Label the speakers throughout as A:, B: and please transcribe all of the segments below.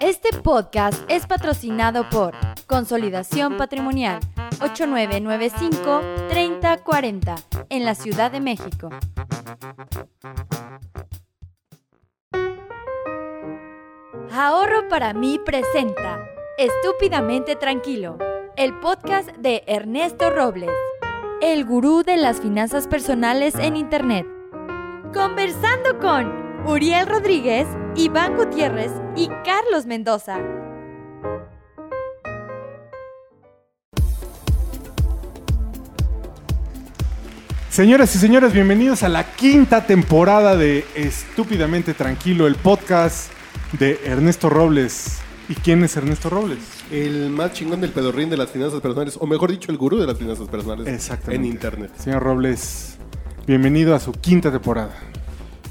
A: Este podcast es patrocinado por Consolidación Patrimonial 8995-3040 en la Ciudad de México. Ahorro para mí presenta Estúpidamente Tranquilo, el podcast de Ernesto Robles, el gurú de las finanzas personales en Internet. Conversando con Uriel Rodríguez, Iván Gutiérrez y Carlos Mendoza.
B: Señoras y señores, bienvenidos a la quinta temporada de Estúpidamente Tranquilo, el podcast de Ernesto Robles. ¿Y quién es Ernesto Robles?
C: El más chingón del pedorrín de las finanzas personales, o mejor dicho, el gurú de las finanzas personales
B: Exactamente.
C: en internet.
B: Señor Robles, bienvenido a su quinta temporada.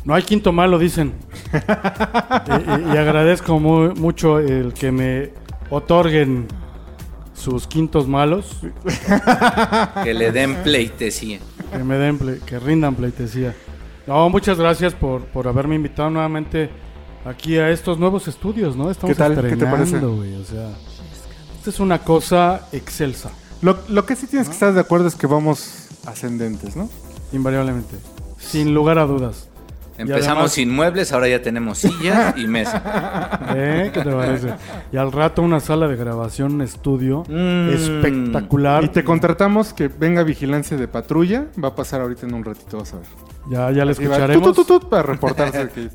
D: No hay quinto malo, dicen. Eh, y, y agradezco muy- mucho el que me otorguen sus quintos malos,
E: Que le den pleitesía.
D: que me den, ple- que rindan pleitesía. No, muchas gracias por, por haberme invitado nuevamente aquí a estos nuevos estudios, ¿no? Estamos
B: ¿Qué tal? ¿Qué te
D: estrenando,
B: parece?
D: güey, o sea, esta es una cosa excelsa,
B: Lo, lo que sí tienes que estar de acuerdo es que vamos ascendentes, ¿no?
D: invariablemente, sin lugar a dudas.
E: Empezamos
D: además-
E: sin muebles, ahora ya tenemos sillas y mesa.
D: ¿Eh? ¿Qué te parece? Y al rato una sala de grabación, un estudio
E: Mm.
D: espectacular.
B: Y te contratamos que venga vigilancia de patrulla. Va a pasar ahorita en un ratito, vas a ver.
D: Ya, ya la
B: Y va
D: escucharemos.
B: tut, tut, tut, para reportarse aquí.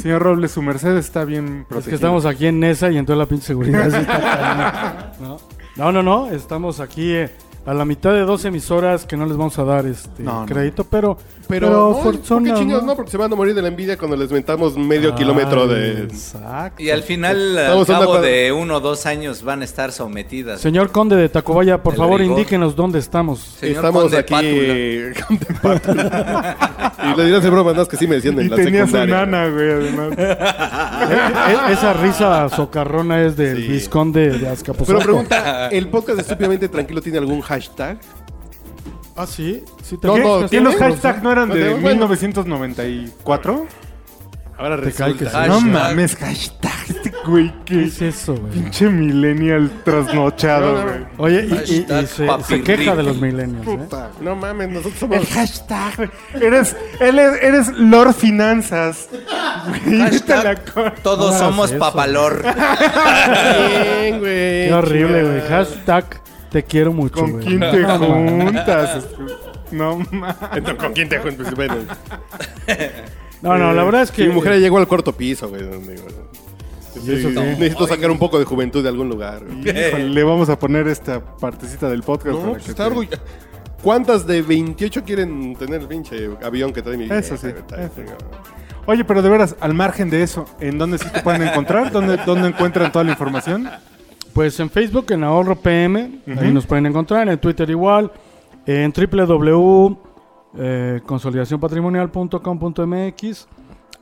B: Señor Robles, su merced está bien protegida.
D: Es que estamos aquí en Nesa y entonces la pinche seguridad. sí está cabrona, ¿no? no, no, no, estamos aquí eh, a la mitad de dos emisoras que no les vamos a dar este
B: No, no.
D: crédito, pero
C: Pero, no, ¿por
D: Forzona,
C: qué chingados?
D: ¿no? Ah,
C: ¿no? porque se van a morir de la envidia cuando les mentamos medio kilómetro de...
D: Exacto.
E: Y al final, al
C: Estamos en una
E: cabo
C: cuadra-
E: de uno o dos años, van a estar sometidas.
D: Señor Conde de Tacubaya, por
E: El
D: favor,
E: rigor.
D: indíquenos dónde estamos.
E: Señor
C: Estamos
E: Conde
C: aquí...
E: Pátula.
C: Conde Pátula. y le dirás de broma, no, es que sí me decían en
B: Y
C: la
B: tenías un
C: secundaria.
B: nana, güey, además.
D: Eh, eh, esa risa socarrona es del
C: Sí.
D: Visconde de Azcapotzalco.
C: Pero pregunta, ¿el podcast de Estúpidamente Tranquilo tiene algún hashtag?
D: Ah, sí, sí
C: No,
D: tenemos
C: no,
D: que
B: ¿Qué los
D: hacer-
B: hashtags no eran
C: No
B: de
C: tenemos-
B: 1994?
C: Ahora
D: Te cae que sí.
C: resulta...
B: No
E: Hashtag.
B: mames, hashtag, este güey,
D: ¿Qué
B: que
D: es eso, güey?
B: pinche millennial trasnochado, güey.
D: Oye, y, y- y
E: Hashtag
D: se, se
E: papirriti.
D: queja de los milenios, ¿eh?
C: Puta, No mames, nosotros
B: El
C: somos...
B: hashtag, güey. eres, él es- eres, Lord Finanzas. Güey, vete a la cor-
E: Hashtag, todos
D: No hagas
E: somos
D: eso.
E: papalor.
C: Bien, güey.
D: Qué horrible, güey.
C: chingada.
D: Hashtag te quiero mucho,
B: ¿Con
D: güey.
B: quién te juntas? No mames.
C: Entonces, ¿Con quién te juntas? Bueno,
D: No, no, la verdad es que...
C: Este,
D: eh,
C: Mi mujer ya llegó al cuarto piso, güey. digo.
D: ¿Y eso
C: Sí,
D: qué?
C: Necesito sacar un poco de juventud de algún lugar. güey.
B: Híjole, le vamos a poner esta partecita del podcast.
C: No,
B: para
C: pues
B: que
C: está
B: te-
C: orgull- ¿Cuántas de 28 quieren tener el pinche avión que trae mi
B: Eso sí,
C: vieja, güey?
B: eso. Oye, pero de veras, al margen de eso, ¿en dónde sí te pueden encontrar? ¿Dónde, dónde encuentran toda la información?
D: Pues en Facebook, en Ahorro PM,
B: Ujú.
D: ahí nos pueden encontrar, en Twitter igual, en eh, www.consolidacionpatrimonial.com.mx,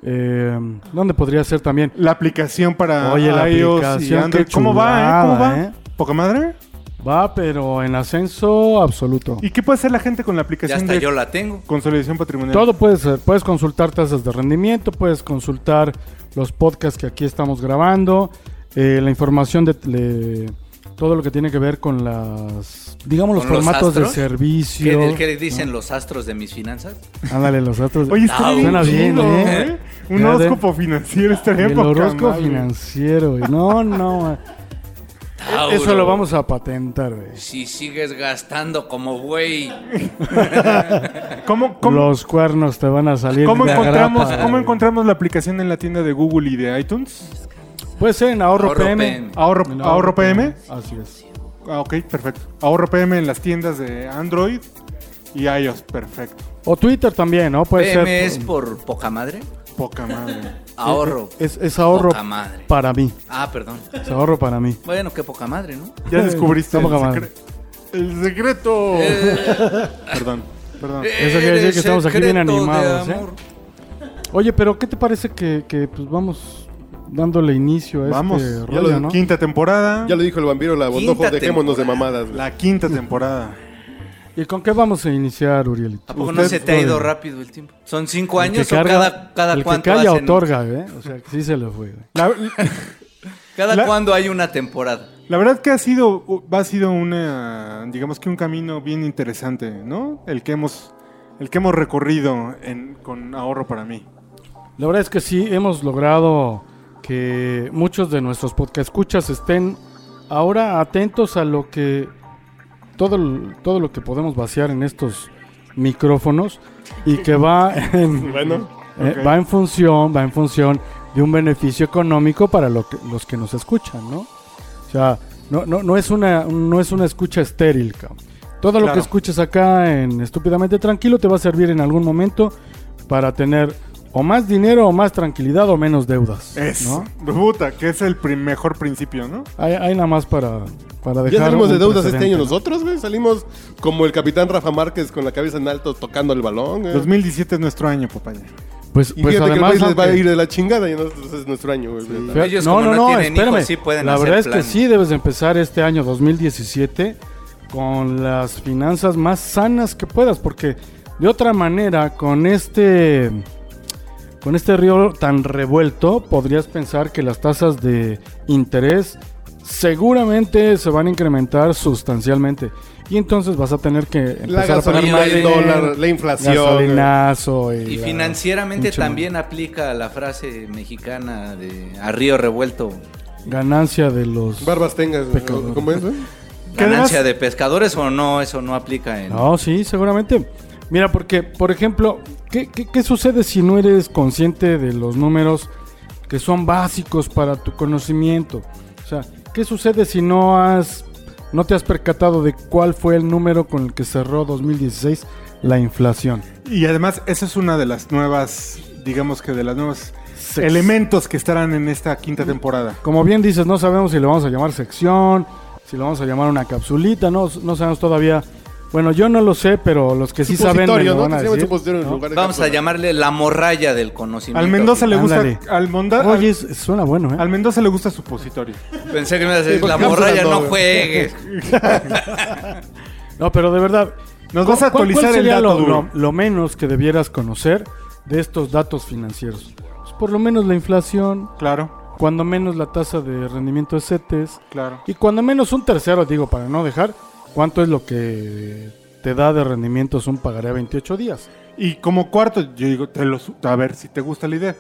D: eh, donde podría ser también.
B: La aplicación para
D: Oye, la
B: iOS y
D: aplicación,
B: Android.
D: qué
B: ¿Cómo va, eh? ¿Cómo
D: chulada,
B: va?
D: eh.
B: ¿Poca madre?
D: Va, pero en ascenso absoluto.
B: ¿Y qué puede hacer la gente con la
E: Ya
B: aplicación
E: hasta
B: de
E: yo la tengo.
B: consolidación patrimonial?
D: Todo puede ser. Puedes consultar tasas de rendimiento, puedes consultar los podcasts que aquí estamos grabando, eh, la información de le- todo lo que tiene que ver con las, digamos, los
E: ¿Con los
D: formatos de
E: astros?
D: servicio.
E: ¿Qué, qué dicen los astros de mis finanzas?
D: Ándale, los datos.
B: Oye, está
E: Ah,
B: bien,
D: suena bien,
B: chido,
D: ¿eh?
B: ¿eh? Un
D: Fíjate.
B: horóscopo financiero estaría
D: el
B: poca
D: horóscopo
B: madre.
D: financiero, güey. No, no. eh.
E: Tauro.
D: Eso lo vamos a patentar, güey.
E: Si sigues gastando como güey,
B: ¿Cómo, cómo-
D: Los cuernos te van a salir.
B: cómo
D: de
B: encontramos,
D: agrapa,
B: ¿Cómo
D: güey.
B: encontramos la aplicación en la tienda de Google y de iTunes?
D: Puede ser en ahorro,
E: Ahorro
D: PM.
E: PM.
B: Ahorro,
D: En
B: ahorro PM.
D: Así es.
B: Ah, ok, perfecto. Ahorro PM en las tiendas de Android y iOS, perfecto.
D: O Twitter también, ¿no? Puede ser.
E: PM es por poca madre.
B: Poca madre.
E: Ahorro.
D: Es, es ahorro
E: Poca madre.
D: para mí.
E: Ah, perdón.
D: Es ahorro para mí.
E: Bueno, qué poca madre, ¿no?
B: Ya descubriste el,
D: Está poca
B: secre- el secreto.
E: Eh.
B: Perdón, perdón.
D: Eso quiere decir que estamos aquí bien animados, ¿eh?
E: amor.
D: Oye, pero ¿qué te parece que, que, pues vamos dándole inicio a
B: Vamos,
D: este
B: ya
D: rollo,
B: lo-
D: ¿no?
B: quinta temporada.
C: Ya lo dijo el vampiro la
E: Quinta
C: dejémonos de mamadas. güey.
B: La quinta temporada.
D: ¿Y con qué vamos a iniciar, Urielito?
E: ¿A poco no
B: Usted
E: se te ha ido
B: puede.
E: rápido el tiempo? ¿Son cinco
D: El que
E: años o
D: carga-
E: cada, cada
D: el que
E: cuánto
D: calla
E: hacen?
D: otorga, ¿eh? O sea, sí se le fue. güey.
B: La,
E: ¿Cada
B: La-
E: cuándo hay una temporada?
B: la verdad que ha sido, ha sido una, digamos que un camino bien interesante, ¿no? El que hemos, el que hemos recorrido en- con ahorro para mí.
D: La verdad es que sí, hemos logrado que muchos de nuestros escuchas estén ahora atentos a lo que todo, el- todo lo que podemos vaciar en estos micrófonos y que va en,
C: Bueno,
D: eh,
B: ok.
D: va en función, va en función de un beneficio económico para lo que- los que nos escuchan, ¿no? O sea, no, no, no es una no es una escucha estéril, cabrón. Todo lo que
B: Claro.
D: escuches acá en Estúpidamente Tranquilo te va a servir en algún momento para tener o más dinero o más tranquilidad o menos deudas.
B: Es,
D: ¿no?
B: puta, que es el pri- mejor principio, ¿no?
D: Hay, hay nada más para, para dejar.
C: ya salimos
D: un
C: de deudas este
D: precedente,
C: año
D: ¿no?
C: nosotros, güey. Salimos como el capitán Rafa Márquez con la cabeza en alto tocando el balón, güey.
B: 2017 es nuestro año, papá.
D: Pues,
C: Y
D: pues
C: fíjate
D: además.
C: que el país les va a
D: aunque-
C: ir de la chingada y nosotros es nuestro año, güey. Fíjate.
D: Fíjate-
E: Ellos como no tienen hijos, sí pueden
D: la
E: hacer
D: verdad es que
E: planes.
D: sí debes empezar este año 2017 con las finanzas más sanas que puedas, porque de otra manera, con este con este río tan revuelto, podrías pensar que las tasas de interés seguramente se van a incrementar sustancialmente. Y entonces vas a tener que
C: La
D: empezar a poner
C: gasolina, el
D: dinero,
C: dólar, la inflación. güey.
D: gasolinazo y,
E: Y
D: la-
E: financieramente
D: pinche
E: también aplica la frase mexicana de a río revuelto,
D: ganancia de los
C: Barbas tengas, güey.
D: Pecador.
C: ¿Cómo es, güey?
B: ¿Qué además-
E: ganancia de pescadores o no, eso no aplica en...
D: No, sí, seguramente. Mira, porque, por ejemplo, ¿qué, qué, qué sucede si no eres consciente de los números que son básicos para tu conocimiento? O sea, ¿qué sucede si no has, no te has percatado de cuál fue el número con el que cerró 2016 la inflación?
B: Y además, esa es una de las nuevas, digamos que de las nuevas
D: Sex-
B: elementos que estarán en esta quinta temporada.
D: Como bien dices, no sabemos si le vamos a llamar sección, si le vamos a llamar una capsulita, no, no sabemos todavía. Bueno, yo no lo sé, pero los que sí saben me
C: Supositorio,
D: lo
C: ¿no?
D: van a
C: Tendríamos
D: decir.
C: supositorio en
D: ¿no?
C: lugar de
E: Vamos a
C: cápsula.
E: llamarle la morralla del conocimiento.
B: Al Mendoza le gusta,
D: Ándale.
B: al, Monda-
D: Oye, es- suena bueno, ¿eh?
B: al, al Mendoza le gusta supositorio.
E: Pensé que me ibas a decir,
C: Sí,
E: la
C: porque
E: morralla
C: cápsula
E: no
C: no,
E: juegues.
D: No, pero de verdad.
B: Nos
D: ¿cu-
B: vas a
D: cuál- cuál
B: actualizar el
D: sería
B: dato
D: lo,
B: duro?
D: lo- lo menos que debieras conocer de estos datos financieros? Pues por lo menos la inflación,
B: Claro,
D: cuando menos la tasa de rendimiento de CETES,
B: claro.
D: y cuando menos un tercero, digo, para no dejar, cuánto es lo que te da de rendimientos un pagaré a 28 días.
B: Y como cuarto, yo digo, te los, a ver si te gusta la idea.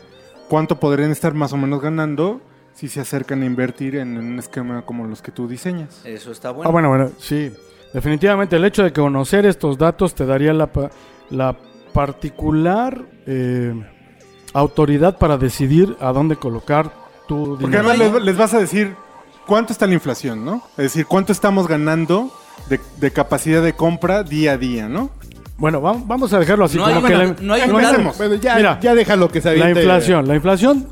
B: ¿Cuánto podrían estar más o menos ganando si se acercan a invertir en un esquema como los que tú diseñas?
E: Eso está
D: Ah,
E: bueno.
D: bueno, bueno, sí. Definitivamente el hecho de conocer estos datos te daría la, pa- la particular eh, autoridad para decidir a dónde colocar tu
B: Porque
D: dinero.
B: además les, les vas a decir cuánto está la inflación, ¿no? Es decir, cuánto estamos ganando de, de capacidad de compra día a día, ¿no?
D: Bueno, vam- vamos a dejarlo así.
E: No
D: como
E: hay
D: que
E: una-
D: la,
E: no hay
D: la-
E: una-
B: Empecemos.
C: Bueno, ya,
D: Mira,
C: ya deja lo que se
D: la
C: aviente.
D: inflación. La inflación,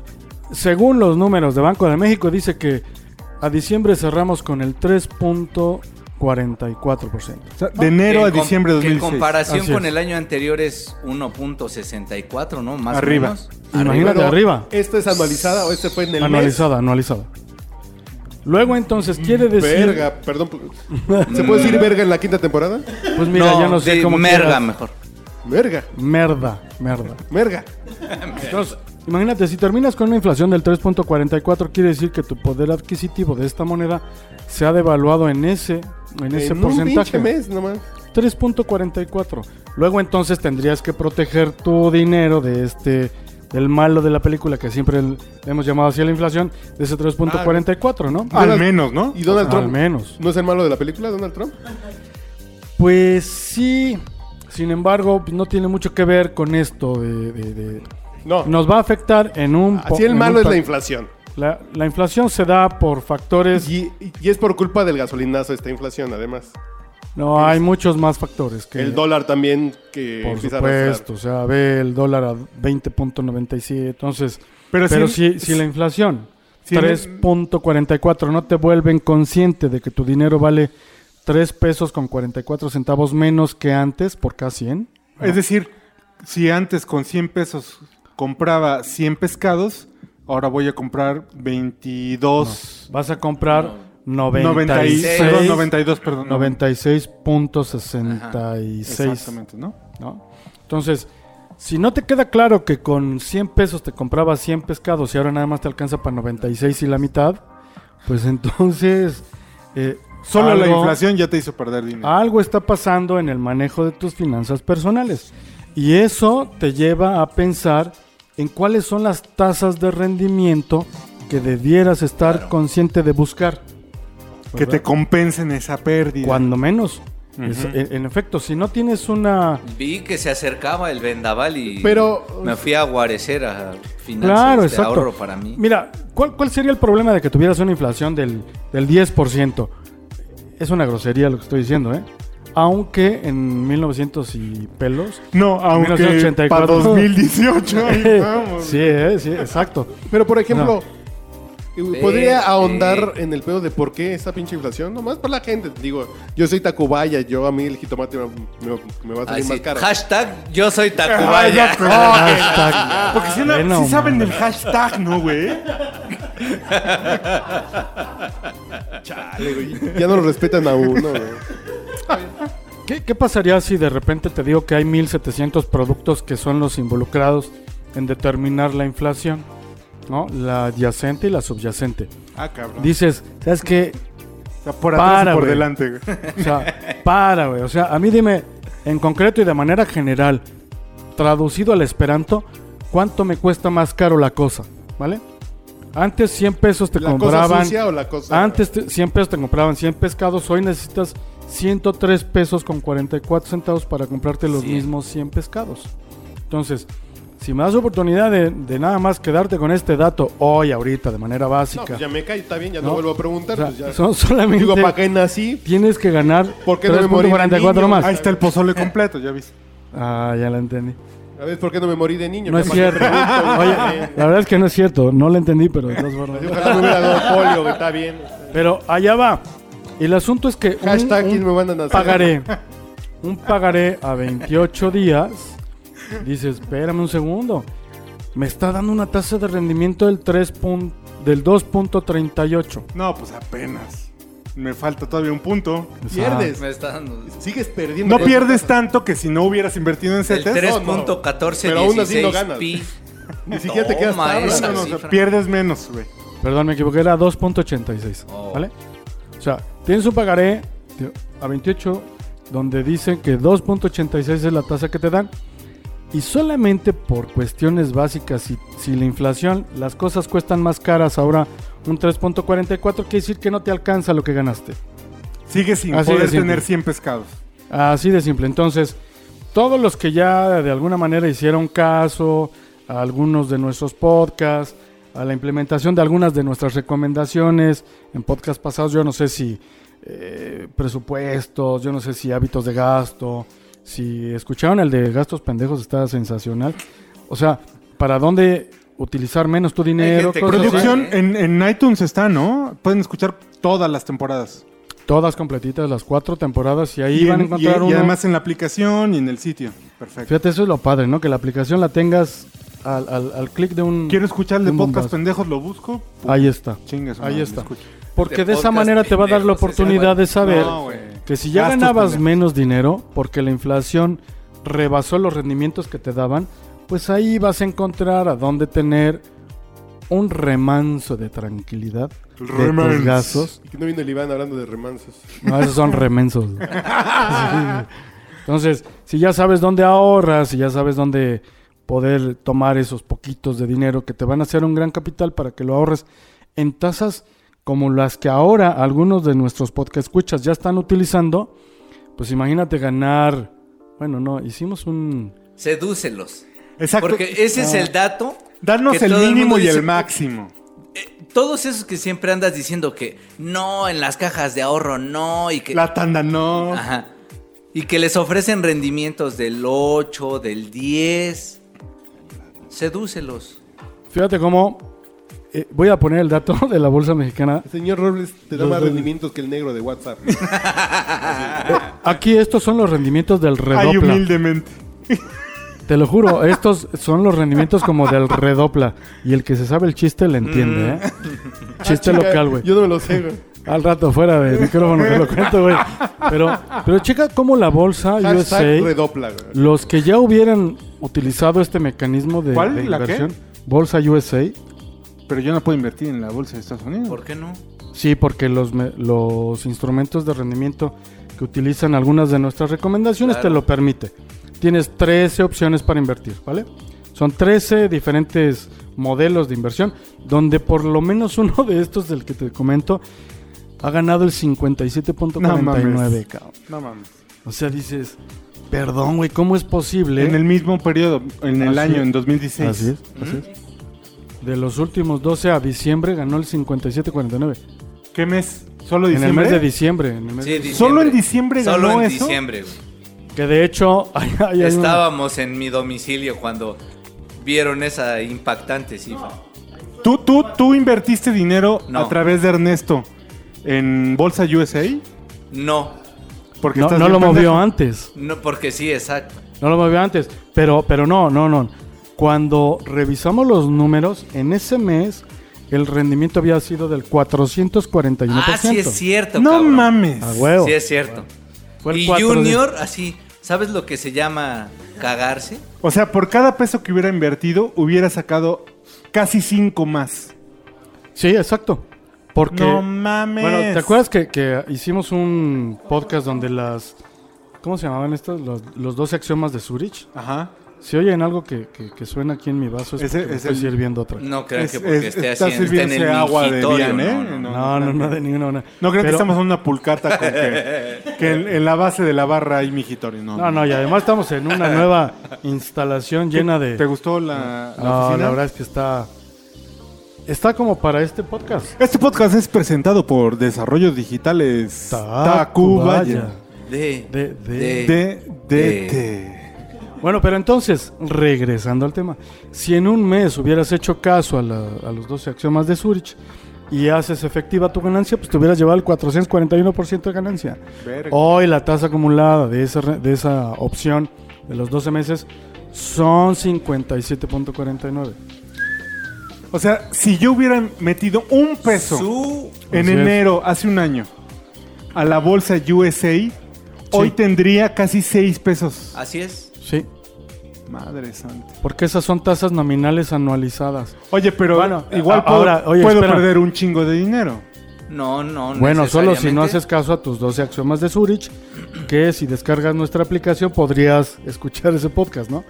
D: según los números de Banco de México, dice que a diciembre cerramos con el 3.44%.
B: O sea, de enero
E: Que
B: a
E: en com-
B: diciembre de
E: que en
B: 2016.
E: comparación
D: Así
E: con
D: es.
E: el año anterior es 1.64, ¿no? Más
B: Arriba.
E: o menos.
D: Imagínate,
C: Pero,
D: arriba.
C: ¿Esto es anualizada o este fue en el
D: Anualizada, anualizada. Luego entonces quiere
C: mes?
D: decir...
C: Verga, perdón. ¿Se puede decir verga en la quinta temporada?
D: Pues mira, ya no sé
E: de
D: cómo...
E: merga
D: quieras.
E: mejor.
C: Verga,
D: Merda, merda.
C: verga.
D: Entonces, imagínate, si terminas con una inflación del 3.44, quiere decir que tu poder adquisitivo de esta moneda se ha devaluado en ese, en ese
C: en un
D: porcentaje.
C: pinche mes nomás.
D: 3.44. Luego entonces tendrías que proteger tu dinero de este del malo de la película que siempre el- le hemos llamado así a la inflación, de ese 3.44, ¿no?
B: Al menos, ¿no?
C: ¿Y Donald Trump?
D: Al menos.
C: ¿No es el malo de la película, Donald Trump?
D: Pues sí. Sin embargo, pues, no tiene mucho que ver con esto de- de- de-
C: No.
D: nos va a afectar en un po-
C: Así el
D: en
C: malo
D: un
C: es
D: pa-
C: la inflación.
D: La, la inflación se da por factores.
C: Y, y es por culpa del gasolinazo esta inflación, además.
D: No, hay muchos más factores que.
C: El dólar también que
D: Por
C: empieza a arrastrar.
D: supuesto, o sea, ve el dólar a 20.97. Entonces,
B: Pero
D: pero,
B: si-
D: si, si la inflación
B: si-
D: 3.44 no te vuelven consciente de que tu dinero vale 3 pesos con 44 centavos menos que antes por cada 100.
B: Es decir, si antes con 100 pesos compraba 100 pescados, ahora voy a comprar 22.
D: Vas a comprar 96,
B: 96, perdón, 92, perdón.
D: 96.66.
B: Exactamente, ¿no?
D: ¿no? Entonces, si no te queda claro que con 100 pesos te comprabas 100 pescados y ahora nada más te alcanza para 96 y la mitad, pues entonces... eh,
B: Solo la
D: algo- Ah,
B: inflación ya te hizo perder dinero.
D: algo está pasando en el manejo de tus finanzas personales. Y eso te lleva a pensar en cuáles son las tasas de rendimiento que debieras estar consciente de buscar.
B: que te
D: ¿Verdad?
B: compensen esa pérdida.
D: pues Cuando menos.
B: Ujú.
D: Es- en, en efecto, si no tienes una...
E: Vi que se acercaba el vendaval y
C: Pero-
E: me fui a guarecer a finanzas
D: Claro,
E: de
D: exacto.
E: este ahorro para mí.
D: Mira, ¿cuál, cuál sería el problema de que tuvieras una inflación del, del 10%? Es una grosería lo que estoy diciendo, ¿eh? Aunque en 1900 y pelos
B: No, aunque
D: 1984.
B: para 2018. ahí vamos.
D: sí, eh, sí, exacto.
C: Pero por ejemplo, eh, podría
E: Ve,
C: ahondar
E: ve.
C: en el pedo de por qué esa pinche inflación, nomás para la gente. Digo, yo soy Tacubaya, yo a mí el jitomate me, me- me va a salir
E: Así,
C: más caro.
E: hashtag yo soy
B: Ah,
E: Tacubaya.
B: exacto.
D: Hashtag.
B: Porque si, no-
D: Bueno,
B: si saben
D: man.
B: del hashtag, ¿no, güey?
C: Chale, güey, Ya no lo respetan a uno, güey.
D: ¿Qué, qué pasaría si de repente te digo que hay 1700 productos que son los involucrados en determinar la inflación? ¿No? La adyacente y la subyacente.
B: Ah, cabrón.
D: Dices, ¿sabes qué?
B: O sea, por atrás
D: Para,
B: y por
D: güey.
B: delante, güey.
D: O sea, para, güey. O sea, a mí dime, en concreto y de manera general, traducido al esperanto, ¿cuánto me cuesta más caro la cosa? ¿Vale? Antes 100 pesos te
C: ¿La cosa
D: compraban.
C: sucia o la cosa?
D: Antes te- 100 pesos te compraban 100 pescados, hoy necesitas 103 pesos con 44 centavos para comprarte los
E: Sí.
D: mismos 100 pescados. Entonces, si me das oportunidad de, de nada más quedarte con este dato hoy, ahorita, de manera
C: No,
D: básica,
C: pues ya me caí, está bien, ya no,
D: No.
C: vuelvo a preguntar.
D: o sea,
C: pues ya.
D: son solamente
C: Digo, ¿para qué nací?
D: tienes que ganar
C: ¿Por qué no me morí de
D: 3.44
C: niño?
D: más.
B: Ahí está el pozole completo, ya viste.
D: Ah, ya la entendí.
C: A ver, ¿por qué no me morí de niño?
D: No
C: Ya
D: es
C: para qué
D: cierto.
C: pregunto,
D: Oye,
C: güey.
D: la verdad es que no es cierto, no la entendí, pero de todas formas.
C: Ojalá me hubiera dado polio, güey, está bien.
D: Pero allá va. El asunto es que un-
C: Hashtag,
D: un
C: ¿quién me mandan a hacer?
D: pagaré, un pagaré a 28 días. Dices, espérame un segundo. Me está dando una tasa de rendimiento del 3 pun- del 2.38.
B: No, pues apenas. Me falta todavía un punto.
D: O sea,
C: Pierdes.
E: Me está dando
C: Sigues perdiendo.
B: No pierdes tanto que si no hubieras invertido en
E: el
B: CETES,
C: Pero aún así no ganas.
E: 3.1416 pi.
C: Ni siquiera te quedas
E: Toma
C: tabla,
E: esa
C: no, no, no,
E: cifra.
B: pierdes menos, güey.
D: Perdón, me equivoqué, era 2.86.
E: Oh.
D: ¿Vale? O sea, tienes un pagaré de- a 28 donde dicen que 2.86 es la tasa que te dan. Y solamente por cuestiones básicas, si, si la inflación, las cosas cuestan más caras ahora un 3.44, quiere decir que no te alcanza lo que ganaste.
B: Sigues sin
D: Así de
B: poder
D: simple.
B: tener 100 pescados.
D: Así de simple. Entonces, todos los que ya de alguna manera hicieron caso a algunos de nuestros podcasts, a la implementación de algunas de nuestras recomendaciones en podcasts pasados, yo no sé si eh, presupuestos, yo no sé si hábitos de gasto, si escucharon el de gastos pendejos, está sensacional. O sea, ¿para dónde utilizar menos tu dinero?
E: gente que-
D: Cosas así.
B: Producción
E: sí.
B: en, en iTunes está, ¿no? Pueden escuchar todas las temporadas.
D: Todas completitas, las cuatro temporadas, y ahí
B: Y,
D: van a
B: en- y-
D: encontrar
B: y
D: uno.
B: además en la aplicación y en el sitio. Perfecto.
D: Fíjate, eso es lo padre, ¿no? Que la aplicación la tengas al, al, al clic de un...
B: Quiero escuchar el de
D: un
B: podcast
D: bombazo. Pues,
B: pendejos, lo busco. Pum,
D: Ahí está.
B: chingue su
D: Ahí
B: madre, lo
D: está.
B: escucho.
D: Porque
E: De
D: de esa
E: podcast
D: manera te va a dar la
E: pendejos, ese
D: oportunidad de
E: güey.
D: saber
B: No, güey.
D: que si ya
B: Gastos
D: ganabas
B: pendejos.
D: menos dinero, porque la inflación rebasó los rendimientos que te daban, pues ahí vas a encontrar a dónde tener un remanso de tranquilidad de
B: Remanso.
D: tus gastos.
C: Y que no vino el Iván hablando de remansos.
D: No, esos son remensos. Sí. Entonces, si ya sabes dónde ahorras, si ya sabes dónde poder tomar esos poquitos de dinero que te van a hacer un gran capital para que lo ahorres en tasas como las que ahora algunos de nuestros podcast escuchas ya están utilizando, pues imagínate ganar, bueno, no, hicimos un
E: Sedúcelos.
B: Exacto.
E: Porque ese
D: Ah.
E: es el dato.
B: Darnos
E: que
B: el
E: todo
B: mínimo
E: mundo
B: y
E: dice,
B: el máximo.
E: eh, Todos esos que siempre andas diciendo que no en las cajas de ahorro, no, y que. Ah.
B: La tanda no.
E: Ajá. Y que les ofrecen rendimientos del 8, del 10. Sedúcelos.
D: Fíjate cómo eh, voy a poner el dato de la bolsa mexicana
C: Señor Robles, te da
D: Los
C: más
D: dos.
C: rendimientos que el negro de WhatsApp.
D: Aquí estos son los rendimientos del
B: Ay,
D: redopla.
B: humildemente.
D: Te lo juro, estos son los rendimientos como del redopla. Y el que se sabe el chiste le entiende, ¿eh? Chiste
C: Chinga,
D: local, güey.
C: Mm. Ah, Yo no me lo sé, güey.
D: Al rato fuera de micrófono te lo cuento, güey. Pero, pero checa cómo la bolsa USA,
C: Hashtag redopla, güey.
D: los que ya hubieran utilizado este mecanismo de,
B: ¿Cuál?
D: de
B: ¿La qué?
D: inversión, bolsa USA,
B: Pero yo no puedo invertir en la bolsa de Estados Unidos.
E: ¿Por qué no?
D: sí, porque los, me- los instrumentos de rendimiento que utilizan algunas de nuestras recomendaciones
E: Claro.
D: te lo permite. Tienes 13 opciones para invertir, ¿vale? Son 13 diferentes modelos de inversión, donde por lo menos uno de estos del que te comento ha ganado el 57.49,
B: mames.
D: cabrón.
B: No mames.
D: O sea, dices, perdón, güey, ¿cómo es posible?
B: En el mismo periodo, en el
D: ¿Eh? Así
B: año,
D: es.
B: en 2016.
D: Así es, así es. De los últimos 12 a diciembre ganó el 57.49.
B: ¿Qué mes? ¿Solo
D: En
B: diciembre?
D: el mes de diciembre. en el mes
E: Sí,
D: de-
E: diciembre.
B: ¿Solo en diciembre
E: Solo
B: ganó
E: en
B: eso?
E: diciembre, güey.
D: Que de hecho, ay, ay, hay una-
E: Estábamos en mi domicilio cuando vieron esa impactante cifra.
B: ¿Tú, tú, ¿Tú invertiste dinero
E: No.
B: a través de Ernesto en Bolsa USA?
E: No,
B: Porque
D: no,
B: estás
D: no lo
B: bien
D: movió
B: pendejo.
D: antes.
E: no, porque sí, exacto.
D: No lo movió antes. Pero, pero no, no, no. Cuando revisamos los números, en ese mes el rendimiento había sido del 441%.
E: Ah, sí es cierto.
B: No
E: cabrón.
B: mames.
D: A huevo.
E: Sí es cierto.
D: Fue el
E: y
D: 4 de-
E: Junior, así, ¿sabes lo que se llama cagarse?
B: O sea, por cada peso que hubiera invertido, hubiera sacado casi cinco más.
D: Sí, exacto. Porque.
B: No mames.
D: Bueno, ¿te acuerdas que, que hicimos un podcast donde las. ¿Cómo se llamaban estos? Los, los 12 axiomas de Zurich.
B: Ajá.
D: Si oyen algo que, que- que suena aquí en mi vaso, es,
B: Ese-
D: porque me
B: es
D: estoy
B: el-
D: sirviendo otra.
E: No creo
B: Es-
E: que porque
B: es-
E: esté
B: está
E: así, está en el
B: sirviéndose agua de
E: mingitorio,
B: Dian, ¿eh?
E: no, no, no.
D: No, no, no, de ninguna manera.
B: No creo que
D: Pero-
B: estamos en una pulcata con que, que en, en la base de la barra hay mijitori, ¿no?
D: No, no, y además estamos en una nueva instalación llena de.
B: ¿Te gustó la, la
D: No,
B: oficina?
D: la verdad es que está. Está como para este podcast.
B: Este podcast es presentado por Desarrollos Digitales
D: Tacubaya.
B: Tacubaya.
E: De,
D: De- de-
E: Eh,
B: DDT.
D: Bueno, pero entonces, regresando al tema, si en un mes hubieras hecho caso a, la- a los 12 axiomas de Zurich y haces efectiva tu ganancia, pues te hubieras llevado el 441% de ganancia.
B: Verga.
D: Hoy la tasa acumulada de esa, re- de esa opción de los 12 meses son 57.49.
B: O sea, si yo hubiera metido un peso
E: Su-
B: en
D: Así es.
B: enero, hace un año, a la bolsa USA, hoy tendría casi seis pesos.
E: Así es.
D: Sí,
B: Madre santa.
D: porque esas son tasas nominales anualizadas.
B: Oye, pero
D: Bueno,
B: igual
D: a-
B: puedo,
D: ahora, oye,
B: puedo
D: espera.
B: perder un chingo de dinero.
E: No, no, no.
D: Bueno, solo si no haces caso a tus 12 axiomas de Zurich, que si descargas nuestra aplicación podrías escuchar ese podcast, ¿no?